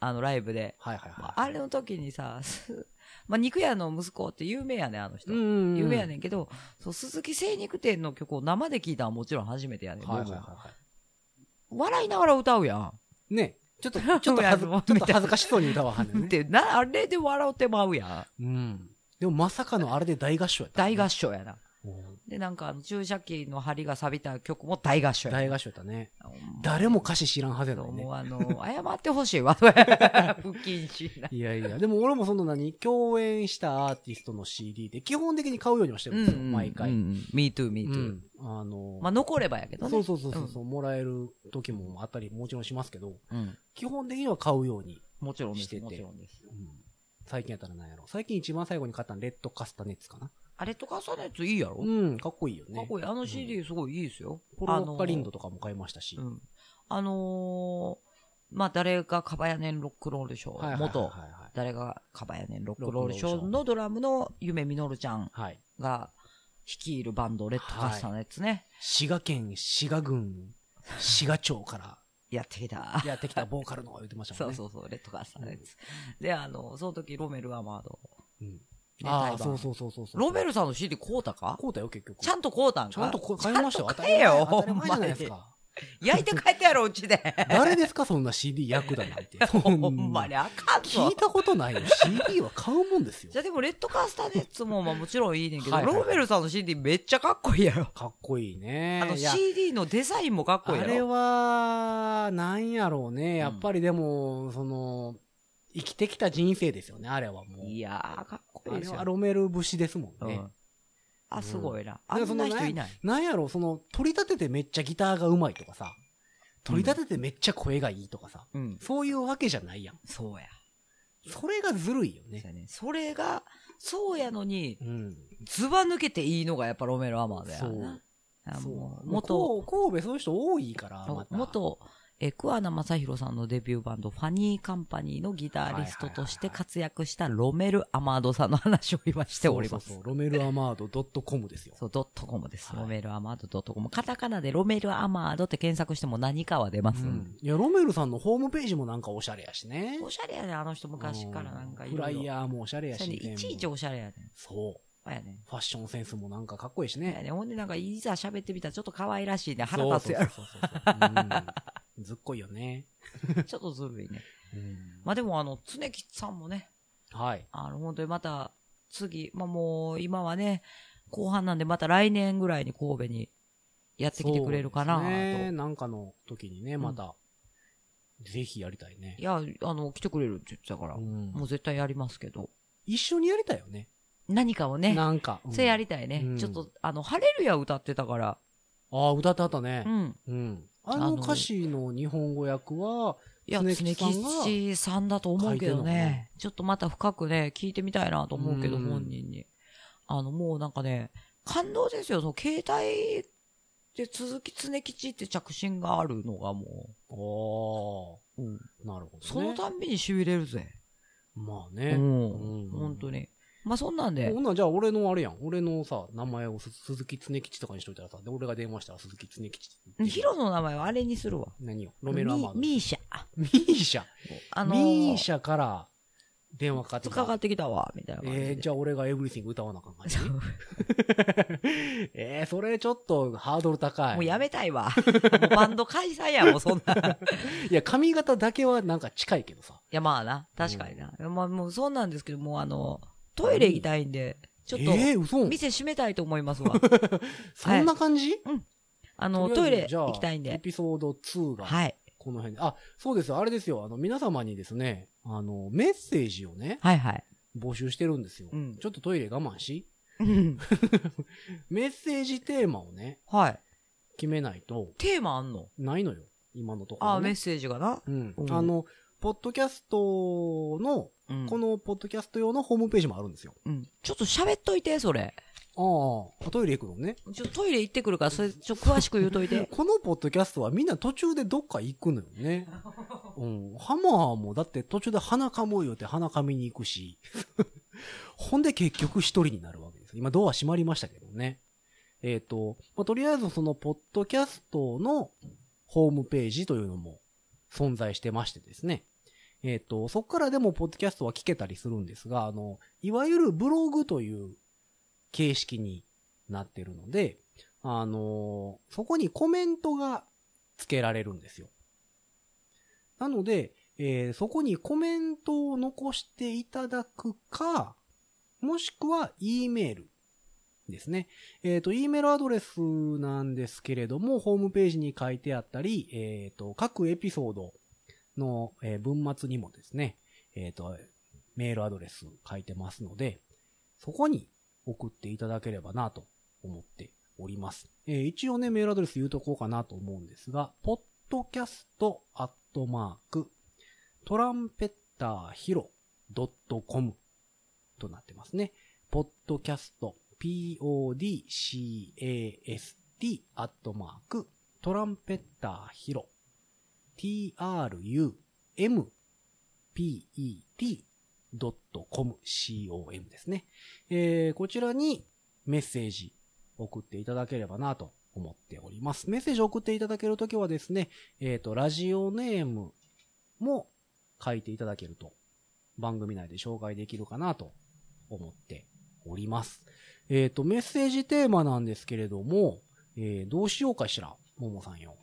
Speaker 1: あの、ライブで。
Speaker 2: はいはい。
Speaker 1: あれの時にさ、すまあ、肉屋の息子って有名やねん、あの人。
Speaker 2: うん。
Speaker 1: 有名やねんけど、そう、鈴木精肉店の曲を生で聴いたのはもちろん初めてやねん。
Speaker 2: はいはい
Speaker 1: も
Speaker 2: は
Speaker 1: う
Speaker 2: いは
Speaker 1: 笑いながら歌うやん。
Speaker 2: い。ね。ちょ っと、ちょっと
Speaker 1: いや
Speaker 2: 恥ずちょ
Speaker 1: も
Speaker 2: っ
Speaker 1: う
Speaker 2: と恥ずかしそうに歌わは んねん
Speaker 1: っ
Speaker 2: ね。
Speaker 1: て、な、あれで笑うてまうやん。
Speaker 2: うん。でもまさかのあれで大合唱やったね。
Speaker 1: 大合唱やな。
Speaker 2: うん
Speaker 1: で、なんか、あの注射器の針が錆びた曲も大合唱や
Speaker 2: 大合唱やったね。
Speaker 1: な。ほんま
Speaker 2: 誰も歌詞知らんはずやの
Speaker 1: どう
Speaker 2: にね
Speaker 1: も、。あの、謝ってほしいわ。 不謹慎な。
Speaker 2: いやいや、でも俺もその何、共演したアーティストの CD で基本的に買うようにはしてるんですよ、毎回。
Speaker 1: うんうん。me too, me
Speaker 2: う
Speaker 1: too.
Speaker 2: んあの、
Speaker 1: まあ、残ればやけどね。
Speaker 2: そうそうそうそう、うもらえる時もあったりもちろんしますけど、
Speaker 1: うん。
Speaker 2: 基本的には買うように。
Speaker 1: もちろんで
Speaker 2: し
Speaker 1: す。
Speaker 2: てて
Speaker 1: もちろんです。
Speaker 2: うん最近やったら何やろ。最近一番最後に買ったのレッドカスタネッツかな。
Speaker 1: あれとかさのやついいやろ
Speaker 2: うん、かっこいいよ
Speaker 1: かっ
Speaker 2: ね。
Speaker 1: こいい。あの CD すごいいいですよ。
Speaker 2: ポ
Speaker 1: あ
Speaker 2: ロロ
Speaker 1: の
Speaker 2: ッカリンドとかも買いましたし。
Speaker 1: うん。あのー、まあ、誰がカバヤネンロックンロールでしょ
Speaker 2: はいはいはい
Speaker 1: 元、
Speaker 2: は
Speaker 1: 誰がカバヤネンロックンロールショーのドラムの夢みのるちゃん
Speaker 2: い。はい。
Speaker 1: が率いるバンド、レッドカスタのやつね。
Speaker 2: 滋賀県、滋賀郡、滋賀町から
Speaker 1: やってきた。
Speaker 2: やってきたボーカルの言ってました
Speaker 1: そ
Speaker 2: もん
Speaker 1: う
Speaker 2: ね。
Speaker 1: そうそう、レッドカスタのやつ。で、あの、その時ロメル・アマード。
Speaker 2: うん
Speaker 1: ね
Speaker 2: あ
Speaker 1: 対バ
Speaker 2: あ、
Speaker 1: ン
Speaker 2: そうそうそうそうそう。
Speaker 1: ロメルさんの CD 買うたか
Speaker 2: こうだよ、結局。
Speaker 1: ちゃんと買うたんか
Speaker 2: ちゃんとこ買いましたよ。
Speaker 1: ちゃんと買えよ、
Speaker 2: 当
Speaker 1: ほ
Speaker 2: たり
Speaker 1: ん
Speaker 2: 前じゃ
Speaker 1: ま
Speaker 2: ない
Speaker 1: に
Speaker 2: です。か。
Speaker 1: 焼いて帰ってやろ、うちで。
Speaker 2: 誰ですか、そんな CD 役だなんて。
Speaker 1: ほんまにあかんぞ。
Speaker 2: 聞いたことないよ。CD は買うもんですよ
Speaker 1: じゃ。あでも、レッドカスタネッツも、まあもちろんいいねんけど、
Speaker 2: はいはい
Speaker 1: ローベルさんの CD めっちゃかっこいいやろ。
Speaker 2: かっこいいね。
Speaker 1: あの
Speaker 2: いや
Speaker 1: CD のデザインもかっこいい
Speaker 2: あ
Speaker 1: や
Speaker 2: れ
Speaker 1: ろ。
Speaker 2: は、なんやろうね。やっぱりでも、その、生きてきた人生ですよね、あれはもう。
Speaker 1: いやー、かっこい
Speaker 2: あ
Speaker 1: いで
Speaker 2: れ
Speaker 1: す
Speaker 2: は
Speaker 1: よ。
Speaker 2: ロメル節ですも
Speaker 1: う
Speaker 2: んね。
Speaker 1: んあ、すごいな。あ
Speaker 2: うん
Speaker 1: んな人いない。
Speaker 2: なんやろう、その、取り立ててめっちゃギターがうまいとかさ、取り立ててめっちゃ声がいいとかさ、
Speaker 1: うん。
Speaker 2: そういうわけじゃないやん。
Speaker 1: そうや。
Speaker 2: それがずるいよ
Speaker 1: そう
Speaker 2: ね。
Speaker 1: やねそれが、そうやのに
Speaker 2: う、ん。
Speaker 1: ズバ抜けていいのがやっぱロメロアマーだよ
Speaker 2: そう
Speaker 1: な。あ
Speaker 2: そ
Speaker 1: も
Speaker 2: う
Speaker 1: う
Speaker 2: もう
Speaker 1: 元、
Speaker 2: こう神戸そういう人多いから、また。
Speaker 1: 元、えー、桑名正宏さんのデビューバンド、ファニーカンパニーのギタリストとして活躍したロメル・アマードさんの話を今しております
Speaker 2: そう。そうそうロメルアマード .com ですよ。
Speaker 1: そう、ドットコムです。
Speaker 2: はい
Speaker 1: ロメルアマードドットコム。カタカナでロメルアマードって検索しても何かは出ます。
Speaker 2: うんいや、ロメルさんのホームページもなんかおしゃれやしね。
Speaker 1: おしゃれやね、あの人昔からなんか
Speaker 2: う
Speaker 1: い
Speaker 2: フ
Speaker 1: ろ
Speaker 2: ラ
Speaker 1: いろ。
Speaker 2: イヤーもおしゃれや
Speaker 1: そう
Speaker 2: し、
Speaker 1: やねいちいちおしゃれやね。
Speaker 2: そう。
Speaker 1: あやね。
Speaker 2: ファッションセンスもなんかかっこいいし
Speaker 1: や
Speaker 2: ね。
Speaker 1: ねほんでなんかいざ喋ってみたらちょっと可愛らしいね。腹立つやろ。
Speaker 2: そうそうそうそううんずっこいよね。
Speaker 1: ちょっとずるいね。
Speaker 2: うん
Speaker 1: まあでもあの、常吉さんもね、
Speaker 2: はい。
Speaker 1: あの、本当にまた次、まあもう今はね、後半なんでまた来年ぐらいに神戸にやってきてくれるかな
Speaker 2: そうですね
Speaker 1: と。
Speaker 2: なんかの時にね、また、ぜひやりたいね
Speaker 1: い。や、あの、来てくれるって言ってたから、
Speaker 2: うん
Speaker 1: もう絶対やりますけど。
Speaker 2: 一緒にやりたいよね。
Speaker 1: 何かをね、
Speaker 2: なんか。うん
Speaker 1: それやりたいね。
Speaker 2: うん
Speaker 1: ちょっと、あの、ハレルヤ歌ってたから。
Speaker 2: ああ、歌ってはったね
Speaker 1: う。ん。
Speaker 2: うん。あの歌詞の日本語訳は、
Speaker 1: いや、
Speaker 2: 常
Speaker 1: 常
Speaker 2: 吉さんが
Speaker 1: 吉さんだと思うけど
Speaker 2: 書いてんのかな
Speaker 1: ね。ちょっとまた深くね、聞いてみたいなと思うけど、
Speaker 2: うん
Speaker 1: 本人に。あの、もうなんかね、感動ですよ。その、携帯で鈴木常吉って着信があるのがも
Speaker 2: ああ、
Speaker 1: う、うん
Speaker 2: なるほどね。
Speaker 1: そのたんびに痺れるぜ。
Speaker 2: まあ
Speaker 1: う
Speaker 2: ね。うん
Speaker 1: ん。本当に。まあ、そんなんで
Speaker 2: ほ、んならじゃあ俺のあれやん。俺のさ、名前をす鈴木常吉とかにしといたらさ、で、俺が電話したら鈴木常吉って言って
Speaker 1: ヒロの名前はあれにするわ。
Speaker 2: 何よロメルアマード。
Speaker 1: ミミーシャ。
Speaker 2: ミーシャ。
Speaker 1: あの
Speaker 2: ミー
Speaker 1: ャ。
Speaker 2: シャから電話かかってき
Speaker 1: かかってきたわ、みたいな感じで。
Speaker 2: えー、じゃあ俺がエブリシング歌わなあかん感じ えー、それちょっとハードル高 い。
Speaker 1: もうやめたい わ。もうバンド解散や、もうそんな。い
Speaker 2: いや、髪型だけはなんか近いけどさ。
Speaker 1: や、まあな。確かにな。まあもうそうなんですけど、もうあの、トイレ行きたいんで、ちょっと、
Speaker 2: えー、嘘
Speaker 1: 店閉めたい と思いますわ。
Speaker 2: そんな感じ、
Speaker 1: あの、
Speaker 2: と
Speaker 1: トイ
Speaker 2: りあえ
Speaker 1: レ
Speaker 2: ずじゃあ
Speaker 1: 行きたいん
Speaker 2: エ
Speaker 1: で。
Speaker 2: ピソード2が
Speaker 1: はい。
Speaker 2: この辺で。あ、そうです。あれですよ。あの、皆様にですね、あの、メッセージをね、
Speaker 1: はいはい。
Speaker 2: 募集してるんですよ。
Speaker 1: うん
Speaker 2: ちょっとトイレ我慢し。
Speaker 1: うん
Speaker 2: メッセージテーマをね、
Speaker 1: はい。
Speaker 2: 決めないと、
Speaker 1: テーマあんの
Speaker 2: ないのよ。今のところ、ね。
Speaker 1: あー、メッセージがな。
Speaker 2: うん
Speaker 1: う。ん
Speaker 2: あの、ポッドキャストの、
Speaker 1: うん
Speaker 2: このポッドキャスト用のホームページもあるんですよ。
Speaker 1: うん。ちょっと喋っといて、それ。
Speaker 2: ああ、トイレ行くのね。
Speaker 1: ちょ、トイレ行ってくるから、それ、ちょ、詳しく言うとい て。
Speaker 2: このポッドキャストはみんな途中でどっか行くのよね。うん。ハマーもだって途中で鼻かもう言うて鼻かみに行くし。 ほんで結局一人になるわけです。今ドア閉まりましたけどね。えっ、と、まあ、とりあえずそのポッドキャストのホームページというのも存在してましてですね。えっ、と、そこからでもポッドキャストは聞けたりするんですが、あの、いわゆるブログという形式になってるので、あのーそこにコメントが付けられるんですよ。なので、えーそこにコメントを残していただくか、もしくは E メールですね。えっ、と、E メールアドレスなんですけれども、ホームページに書いてあったり、えっ、と、各エピソードの、えー文末にもですね、えっ、と、メールアドレス書いてますので、そこに送っていただければなと思っております。えー一応ね、メールアドレス言うとこうかなと思うんですが、podcast.torampeterhiro.com となってますね。podcast, p-o-d-c-a-s-t アットマーク、トランペッターヒロ、t-r-u-m-p-e-t.com、com ですね。えーこちらにメッセージ送っていただければなと思っております。メッセージ送っていただけるときはですね、えっ、と、ラジオネームも書いていただけると番組内で紹介できるかなと思っております。えっ、と、メッセージテーマなんですけれども、えーどうしようかしら、ももさんよ。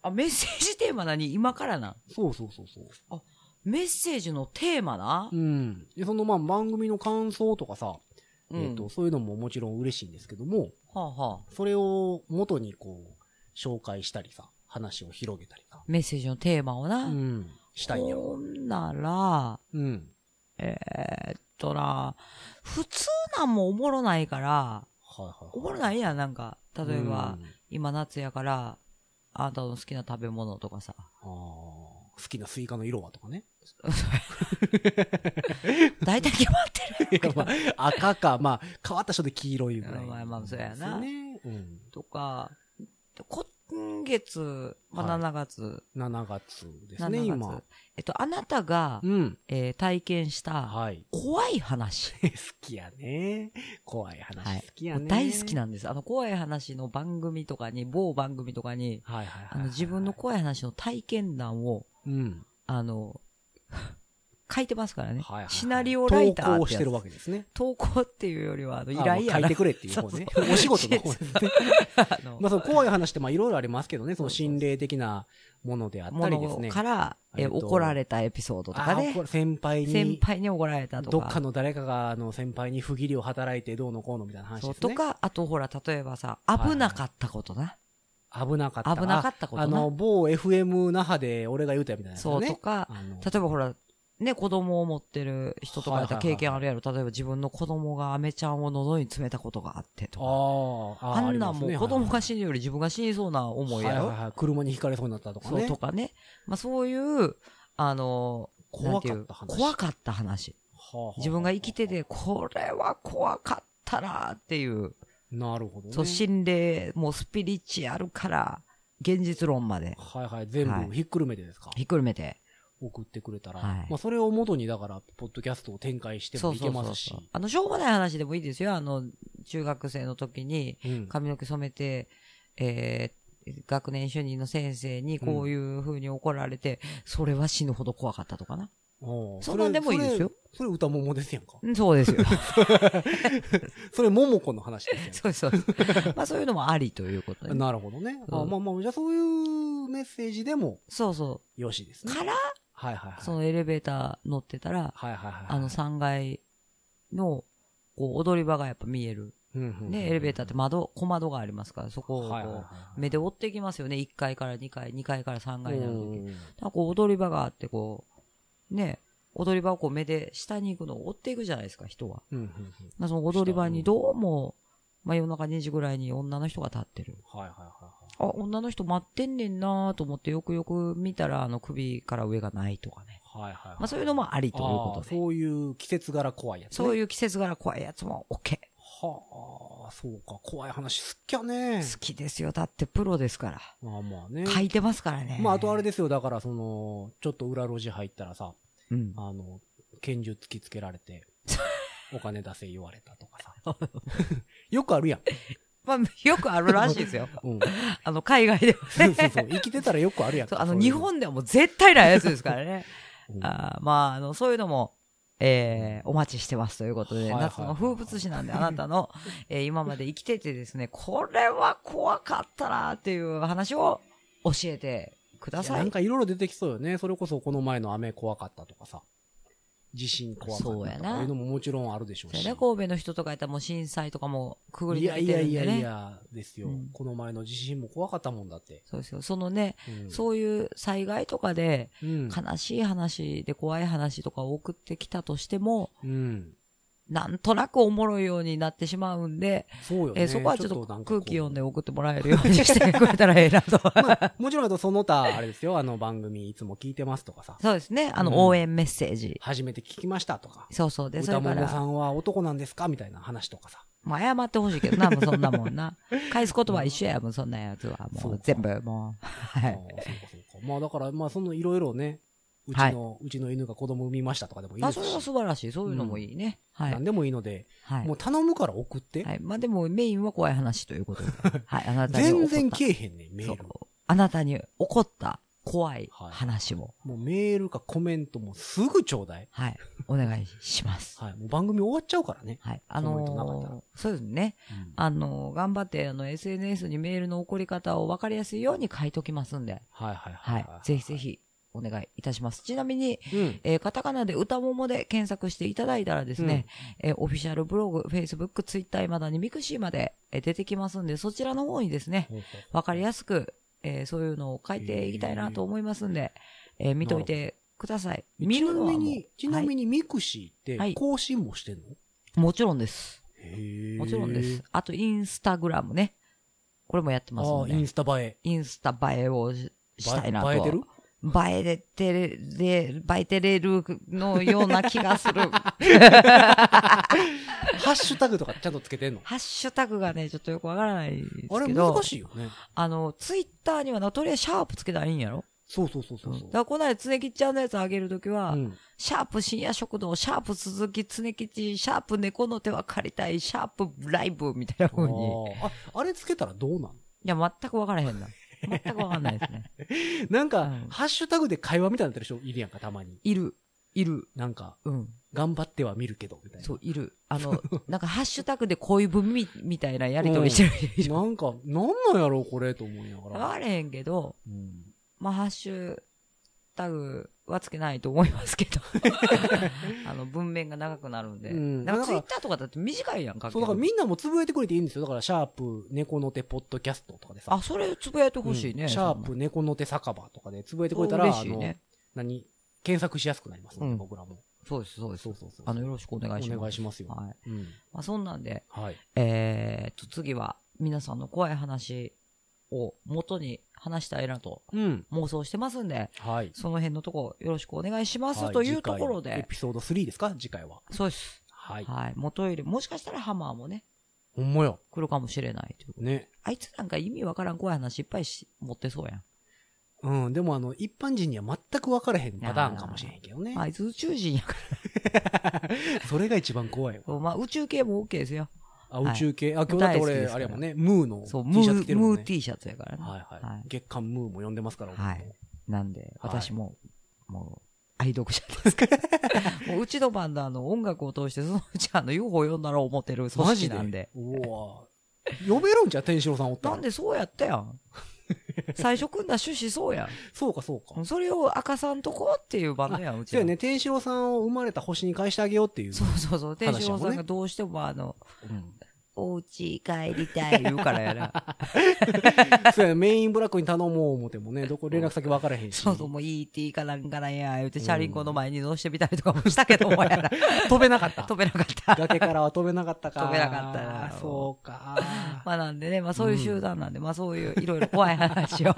Speaker 1: あ、メッセージテーマ何今からな。
Speaker 2: そうそうそうそう。
Speaker 1: メッセージのテーマな
Speaker 2: う。ん。で、そのまあ番組の感想とかさ、
Speaker 1: うん。
Speaker 2: えっ、と、そういうのももちろん嬉しいんですけども、
Speaker 1: はあ、はあ、
Speaker 2: それを元にこう、紹介したりさ、話を広げたりさ、
Speaker 1: メッセージのテーマをな。
Speaker 2: うん、したいんや
Speaker 1: ほんなら、
Speaker 2: うん。
Speaker 1: えーっとな、普通なんもおもろないから、
Speaker 2: はいはいはい。
Speaker 1: おもろないいやん、なんか。例えば、、今夏やから、あなたの好きな食べ物とかさ。
Speaker 2: あー好きなスイカの色はとかね。
Speaker 1: 大体決まってる
Speaker 2: いやまあ、赤か、まあ、変わった人で黄色いぐらい。
Speaker 1: まあまあそうやな
Speaker 2: ね。うん。
Speaker 1: とか、今月、ま
Speaker 2: は
Speaker 1: あ、
Speaker 2: い
Speaker 1: 7月、
Speaker 2: 7月ですね、
Speaker 1: 7
Speaker 2: 今
Speaker 1: 月。。えっと、あなたが
Speaker 2: う、ん。
Speaker 1: えー体験した、
Speaker 2: はい。
Speaker 1: 怖い話。
Speaker 2: 好きやね。怖い
Speaker 1: は
Speaker 2: 話
Speaker 1: い
Speaker 2: 好きやね。
Speaker 1: 大好き。なんです。あの、怖い話の番組とかに、某番組とかに、
Speaker 2: はいはいはい。
Speaker 1: あの、自分の、怖い話の体験談を、
Speaker 2: うん。
Speaker 1: あの、 書いてますからね。
Speaker 2: はいはいはい
Speaker 1: シナリオライター
Speaker 2: 投稿
Speaker 1: って
Speaker 2: し
Speaker 1: や
Speaker 2: て
Speaker 1: つ
Speaker 2: るわけですね。
Speaker 1: 投稿っていうよりは、あの、依
Speaker 2: あもう
Speaker 1: 頼や
Speaker 2: 書
Speaker 1: な。
Speaker 2: いてくれっていう方ね。お仕事の方ですね。
Speaker 1: あの
Speaker 2: まあ、その怖い話って、まあ、いろいろありますけどね、その心霊的なものであったりです
Speaker 1: も
Speaker 2: ね。
Speaker 1: のから、え
Speaker 2: えっと
Speaker 1: 怒られたエピソードとか
Speaker 2: あ
Speaker 1: で
Speaker 2: こ、れ先輩
Speaker 1: 先
Speaker 2: に、
Speaker 1: 輩に怒られたと
Speaker 2: どっか
Speaker 1: か、
Speaker 2: の誰かが、あの、先輩に不義理を働いてどうのこうのみたいな話
Speaker 1: そう
Speaker 2: です
Speaker 1: と
Speaker 2: ね。
Speaker 1: か、あとほら、例えばさ、
Speaker 2: いはい
Speaker 1: 危なかったことな。
Speaker 2: 危なかった。
Speaker 1: 危なかったことな
Speaker 2: あの、某 FM 那覇で俺が言うたみたいなやつね。
Speaker 1: そうとか、
Speaker 2: あの
Speaker 1: 例えばほら、ね、子供を持ってる人とかだったら
Speaker 2: はいは
Speaker 1: 経
Speaker 2: いはい
Speaker 1: 験あるやろ。例えば自分の子供がアメちゃんを喉に詰めたことがあってとか。
Speaker 2: ああ、
Speaker 1: あんなんもう子供が
Speaker 2: し
Speaker 1: 死ぬより自分が死にそうな思いやろ。
Speaker 2: 車にひかれそうになったとか
Speaker 1: そう
Speaker 2: ね。
Speaker 1: とかね。まあそういう、あの、なん
Speaker 2: 怖
Speaker 1: てい
Speaker 2: かっ
Speaker 1: う
Speaker 2: た話。
Speaker 1: 怖かった話。
Speaker 2: はあ
Speaker 1: 自分が生きて。て、これは怖かったなっていう。
Speaker 2: なるほどね。
Speaker 1: そう、心霊、もうスピリチュアルから、現実論まで、
Speaker 2: はいはい、全
Speaker 1: は
Speaker 2: 部
Speaker 1: い
Speaker 2: ひっくるめてですか。
Speaker 1: ひっくるめて。
Speaker 2: 送ってくれたら、
Speaker 1: はい
Speaker 2: まあそれを元にだから、ポッドキャストを展開して
Speaker 1: そ
Speaker 2: も
Speaker 1: う
Speaker 2: い
Speaker 1: そ
Speaker 2: け
Speaker 1: うそ
Speaker 2: ます
Speaker 1: う
Speaker 2: し
Speaker 1: そう。。あの、しょうもない話でもいいですよ。あの、中学生の時に、
Speaker 2: うん
Speaker 1: 髪の毛染めて、えー学年主任の先生にこういう風に怒られて、それは死ぬほど怖かったとかな。
Speaker 2: おう
Speaker 1: そんなんでもいいですよ。
Speaker 2: それ、それ歌ももですやんか。
Speaker 1: うんそうですよ。
Speaker 2: それ、ももこの話です
Speaker 1: そうそう そう。まあそういうのもありということ
Speaker 2: や
Speaker 1: で
Speaker 2: ん。
Speaker 1: ね。
Speaker 2: なるほどね。
Speaker 1: うん
Speaker 2: あまあまあ、じゃあそういうメッセージでも
Speaker 1: そうそ
Speaker 2: よしです
Speaker 1: う。
Speaker 2: ね。
Speaker 1: から、
Speaker 2: はいはいはい。
Speaker 1: そのエレベーター乗ってたら、
Speaker 2: はいはいはい。
Speaker 1: あの3階の、こう、踊り場がやっぱ見える。
Speaker 2: うんうんうん、
Speaker 1: ね、エレベーターって窓、小窓がありますから、そこをこう、
Speaker 2: はいはいはい
Speaker 1: 目で追っていきますよね。1階から2階、2階から3階になる
Speaker 2: う
Speaker 1: とき。
Speaker 2: ん
Speaker 1: なんかこう踊り場があって、こう、ね、踊り場をこう目で下に行くのを追っていくじゃないですか、人は。
Speaker 2: うんうんうん
Speaker 1: まあその踊り場にどうも、まあ夜中2時ぐらいに女の人が立ってる。
Speaker 2: はいはいはいはい。
Speaker 1: あ、女の人待ってんねんなと思ってよくよく見たら、あの首から上がないとかね。
Speaker 2: はいはいはい。
Speaker 1: まあそういうのもありというこ
Speaker 2: あ
Speaker 1: と
Speaker 2: ー
Speaker 1: で。
Speaker 2: そういう季節柄怖いやつ、ね。
Speaker 1: そういう季節柄怖いやつも OK。
Speaker 2: はあ、そうか、怖い話好きやね。
Speaker 1: 好きですよ。だってプロですから。
Speaker 2: まあまあね。
Speaker 1: 書いてますからね。
Speaker 2: まああとあれですよ、だからその、ちょっと裏路地入ったらさ、
Speaker 1: うん。
Speaker 2: あの、拳銃突きつけら れて、お金出せ言われたとかさ。 よくあるやん。
Speaker 1: まあよくあるらしいです よ。
Speaker 2: うん。
Speaker 1: あの、海外では
Speaker 2: そうそうそう。生きてたらよくあるやん。
Speaker 1: そうあ
Speaker 2: そ
Speaker 1: の、
Speaker 2: うい
Speaker 1: 日
Speaker 2: うの、
Speaker 1: 本ではもう絶対ないやつですからね。
Speaker 2: うん
Speaker 1: あーまあ、あの、そういうのも、えーお待ちしてますということで、
Speaker 2: はいはい
Speaker 1: 夏の風物詩なんで、あなたの、 えー今まで生きててですね、これは怖かったなっていう話を教えてくだ
Speaker 2: いや
Speaker 1: さ
Speaker 2: なん
Speaker 1: い。
Speaker 2: かいろいろ出てきそうよね。それこそこの前の雨怖かったとかさ。地震怖かったと
Speaker 1: そう
Speaker 2: か
Speaker 1: や
Speaker 2: い
Speaker 1: な
Speaker 2: うのももちろんあるでしょう
Speaker 1: それ
Speaker 2: し。
Speaker 1: で神戸の人とかやったらもう震災とかもくぐり
Speaker 2: い
Speaker 1: 抜
Speaker 2: や
Speaker 1: け
Speaker 2: い
Speaker 1: て
Speaker 2: や
Speaker 1: るん
Speaker 2: いや
Speaker 1: で
Speaker 2: い
Speaker 1: ね。
Speaker 2: や、ですよ、
Speaker 1: うん
Speaker 2: この前の地震も怖かったもんだって。
Speaker 1: そうですよ。そのね、
Speaker 2: うん
Speaker 1: そういう災害とかで、
Speaker 2: うん。
Speaker 1: 悲しい話で怖い話とかを送ってきたとしても、
Speaker 2: うん。
Speaker 1: なんとなくおもろいようになってしまうんで、
Speaker 2: そうよね。
Speaker 1: えーそこはちょっと
Speaker 2: なんかこう
Speaker 1: 空気読んで送ってもらえるようにしてくれたらええなと。
Speaker 2: まあ、もちろんあとその他、あれですよ、あの番組いつも聞いてますとかさ、
Speaker 1: そうですね。あの、
Speaker 2: うん
Speaker 1: 応援メッセージ。
Speaker 2: 初めて聞きましたとか、
Speaker 1: そうそうで、そ
Speaker 2: 歌
Speaker 1: れか
Speaker 2: 物さ
Speaker 1: ら、
Speaker 2: んは男なんですかみたいな話とかさ。
Speaker 1: まあ、謝ってほしいけどな、もうそんなもんな。返す言葉は一緒や、もうそんなやつは。
Speaker 2: そ
Speaker 1: も
Speaker 2: う
Speaker 1: う
Speaker 2: か
Speaker 1: 全部、もう。は
Speaker 2: あ
Speaker 1: い。
Speaker 2: ーそうかそうか。まあだから、まあそのいろいろね、うちの、うちの犬が子供産みましたとかでもいいで
Speaker 1: あ、そ
Speaker 2: す
Speaker 1: れは
Speaker 2: し、
Speaker 1: 素晴らしい。そういうのもいいね。はい。
Speaker 2: 何でもいいので、
Speaker 1: はい
Speaker 2: もう。頼むから送って。
Speaker 1: はい。まあ、でも、メインは怖い話ということで。 はい。あなたに起こ
Speaker 2: 全
Speaker 1: った。
Speaker 2: 然消えへんねん、メ
Speaker 1: そ
Speaker 2: ール。
Speaker 1: う。あなたに起こった怖い話も。
Speaker 2: もうメールかコメントもすぐちょうだい。
Speaker 1: はい。お願いします。
Speaker 2: はい。もう番組終わっちゃうからね。
Speaker 1: はい。あ
Speaker 2: コメントなかったら
Speaker 1: のーそうですね。
Speaker 2: うん
Speaker 1: あの、頑張って、あの、SNS にメールの送り方を分かりやすいように書いときますんで、
Speaker 2: はいはいは。
Speaker 1: はいい。ぜひぜ。ひ、お願いいたします。ちなみに、
Speaker 2: うん。
Speaker 1: えーカタカナで歌ももで検索していただいたらですね、えーオフィシャルブログ、Facebook、Twitter、まだにミクシーまで、えー出てきますんで、そちらの方にですね、分かりやすく、えーそういうのを書いていきたいなと思いますんで、えー見といてください。見
Speaker 2: ち
Speaker 1: る
Speaker 2: な
Speaker 1: のは
Speaker 2: み
Speaker 1: もう
Speaker 2: に、ちな
Speaker 1: は
Speaker 2: みにミクシー
Speaker 1: は
Speaker 2: っ
Speaker 1: い
Speaker 2: て更新もしてんの、
Speaker 1: いもちろんです。
Speaker 2: へえ
Speaker 1: もちろんです。。あと、インスタグラムね。これもやってます
Speaker 2: あ
Speaker 1: の
Speaker 2: あ、
Speaker 1: で。
Speaker 2: インスタ映え。
Speaker 1: インスタ映えをししたいなと。
Speaker 2: 映えてる
Speaker 1: 映えてれ、で、映えてれるのような気がす る。
Speaker 2: ハッシュタグとかちゃんとつけてんの
Speaker 1: ハッシュタグがね、ちょっとよくわからないですけど。
Speaker 2: あれ難しいよね。
Speaker 1: あの、ツイッターにはな、とりあえずシャープつけたらいいんやろ
Speaker 2: そうそうそうそう
Speaker 1: だ
Speaker 2: そ
Speaker 1: からこの間、つねきっちゃんのやつ上げるときは、
Speaker 2: う。うん。
Speaker 1: シャープ深夜食堂、シャープ鈴木つねきち、シャープ猫の手は借りたい、シャープライブみたいな
Speaker 2: あ
Speaker 1: 風に。
Speaker 2: ーあ、あれつけたらどうなん
Speaker 1: いや、全くわからへんな。全くわかんないですね。
Speaker 2: なんか、
Speaker 1: うん
Speaker 2: ハッシュタグで会話みたいになってる人いるやんか、たまに。
Speaker 1: いる、いる、
Speaker 2: なんか、
Speaker 1: うん。
Speaker 2: 頑張っては見るけど、みたいな。
Speaker 1: そう、いる。あ の、なんかハッシュタグで恋文みみたいなやりとりしてる人 い る。
Speaker 2: なんか、なんなんやろ、これ、と思いなが
Speaker 1: わ
Speaker 2: ら。
Speaker 1: かれへんけど、
Speaker 2: うん。
Speaker 1: まあ、ハッシュタグはつけないと思いますけ ど。あの、文面が長くなるんで。
Speaker 2: うん
Speaker 1: なんか
Speaker 2: だ
Speaker 1: ツ
Speaker 2: か
Speaker 1: イ
Speaker 2: ら
Speaker 1: ッターとかだって短いやんか。
Speaker 2: そう、だからみんなもつぶえてくれていいんですよ。だから、シャープ、猫の手、ポッドキャストとかでさ。
Speaker 1: あ、それつぶやいてほしいね。
Speaker 2: うんシャープ、猫の手、酒場とかでつぶえてくれたら、
Speaker 1: 嬉しいね。
Speaker 2: あの、何検索しやすくなりますので、
Speaker 1: うん
Speaker 2: 僕らも。
Speaker 1: そうです、そうです。
Speaker 2: そうそうそう。
Speaker 1: あの、よろしくお願いします。
Speaker 2: お願いしますよ
Speaker 1: はい。
Speaker 2: うん。
Speaker 1: まあ、そんなんで、
Speaker 2: はい。
Speaker 1: えーと、次は皆さんの怖い話を元に話したいなと
Speaker 2: うん。
Speaker 1: 妄想してますんで、
Speaker 2: はい。
Speaker 1: その辺のとこよろしくお願いします、
Speaker 2: はい
Speaker 1: というところ
Speaker 2: 次回エ
Speaker 1: で。
Speaker 2: ピソード3ですか次回は。
Speaker 1: そうです。
Speaker 2: はい。
Speaker 1: はい。もうトイレ、もしかしたらハマーもね、
Speaker 2: ほんまや。
Speaker 1: 来るかもしれないという。
Speaker 2: ね。
Speaker 1: あいつなんか意味わからん怖い話いっぱいし持ってそうやん。
Speaker 2: うん。でもあの、一般人には全く分からへんパターンかもしれへんけどね
Speaker 1: まあ、。あいつ宇宙人やか
Speaker 2: それが一番怖いわ。
Speaker 1: ら。まあ、宇宙系も OK ですよ。
Speaker 2: あ、
Speaker 1: はい
Speaker 2: 宇宙系。あ、今日だって
Speaker 1: 大好き
Speaker 2: 俺、
Speaker 1: ですから
Speaker 2: あれやもんね、ムーの T シ
Speaker 1: そう、ム
Speaker 2: ャツ
Speaker 1: ー、
Speaker 2: 着てるも
Speaker 1: ム
Speaker 2: ん
Speaker 1: ー
Speaker 2: ね。
Speaker 1: T シャツやからね。
Speaker 2: はい
Speaker 1: は
Speaker 2: はいい。月刊ムーも呼んでますから、俺も
Speaker 1: はいなんで、
Speaker 2: はい
Speaker 1: 私も、もう、愛読者ですから。 もううちのバンド、あの、音楽を通して、そのうち、あの、UFO 読んだら思ってる組
Speaker 2: マジ
Speaker 1: 織
Speaker 2: で。
Speaker 1: なんで。。
Speaker 2: うわ呼べるんじゃう天使郎さんおった
Speaker 1: な
Speaker 2: ら
Speaker 1: んでそうやったやん。最初組んだ趣旨そうやん。
Speaker 2: そうか、そうか。
Speaker 1: それを明かさんとこうっていうバンドやん、うち
Speaker 2: そ
Speaker 1: は
Speaker 2: うやね、天使郎さんを生まれた星に返してあげようっていう。
Speaker 1: そうそうそう。
Speaker 2: 話
Speaker 1: 天
Speaker 2: やもんね
Speaker 1: 使郎さんがどうしてもあの、
Speaker 2: うん
Speaker 1: お家帰りたい言うからや な。
Speaker 2: そうや、メインブラックに頼もう思てもね、どこ連絡先分からへんし。
Speaker 1: そうそう、もう ET かなんかなんや、言うて、車輪庫の前に乗してみたりとかもしたけどもやな。
Speaker 2: 飛べなかった。
Speaker 1: 飛べなかった。
Speaker 2: 崖からは飛べなかったか。
Speaker 1: 飛べなかったな
Speaker 2: そうか。
Speaker 1: まあなんでね、まあそういう集団なんで、まあそういういろいろ怖い話 を、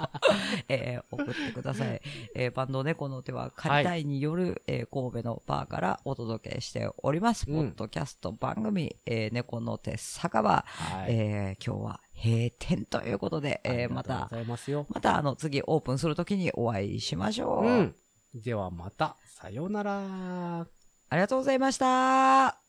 Speaker 1: えー送ってください。えーバンド猫の手は借りたいによる、えー神戸のバーからお届けしております。
Speaker 2: うん
Speaker 1: ポッドキャスト番組、えー猫の手酒場、
Speaker 2: はい
Speaker 1: えー今日は閉店ということで、えーま
Speaker 2: ありがと
Speaker 1: た
Speaker 2: うご、ざいますよ。
Speaker 1: またあの次オープンするときにお会いしましょう。
Speaker 2: うん。ではまた、さようなら。
Speaker 1: ありがとうございました。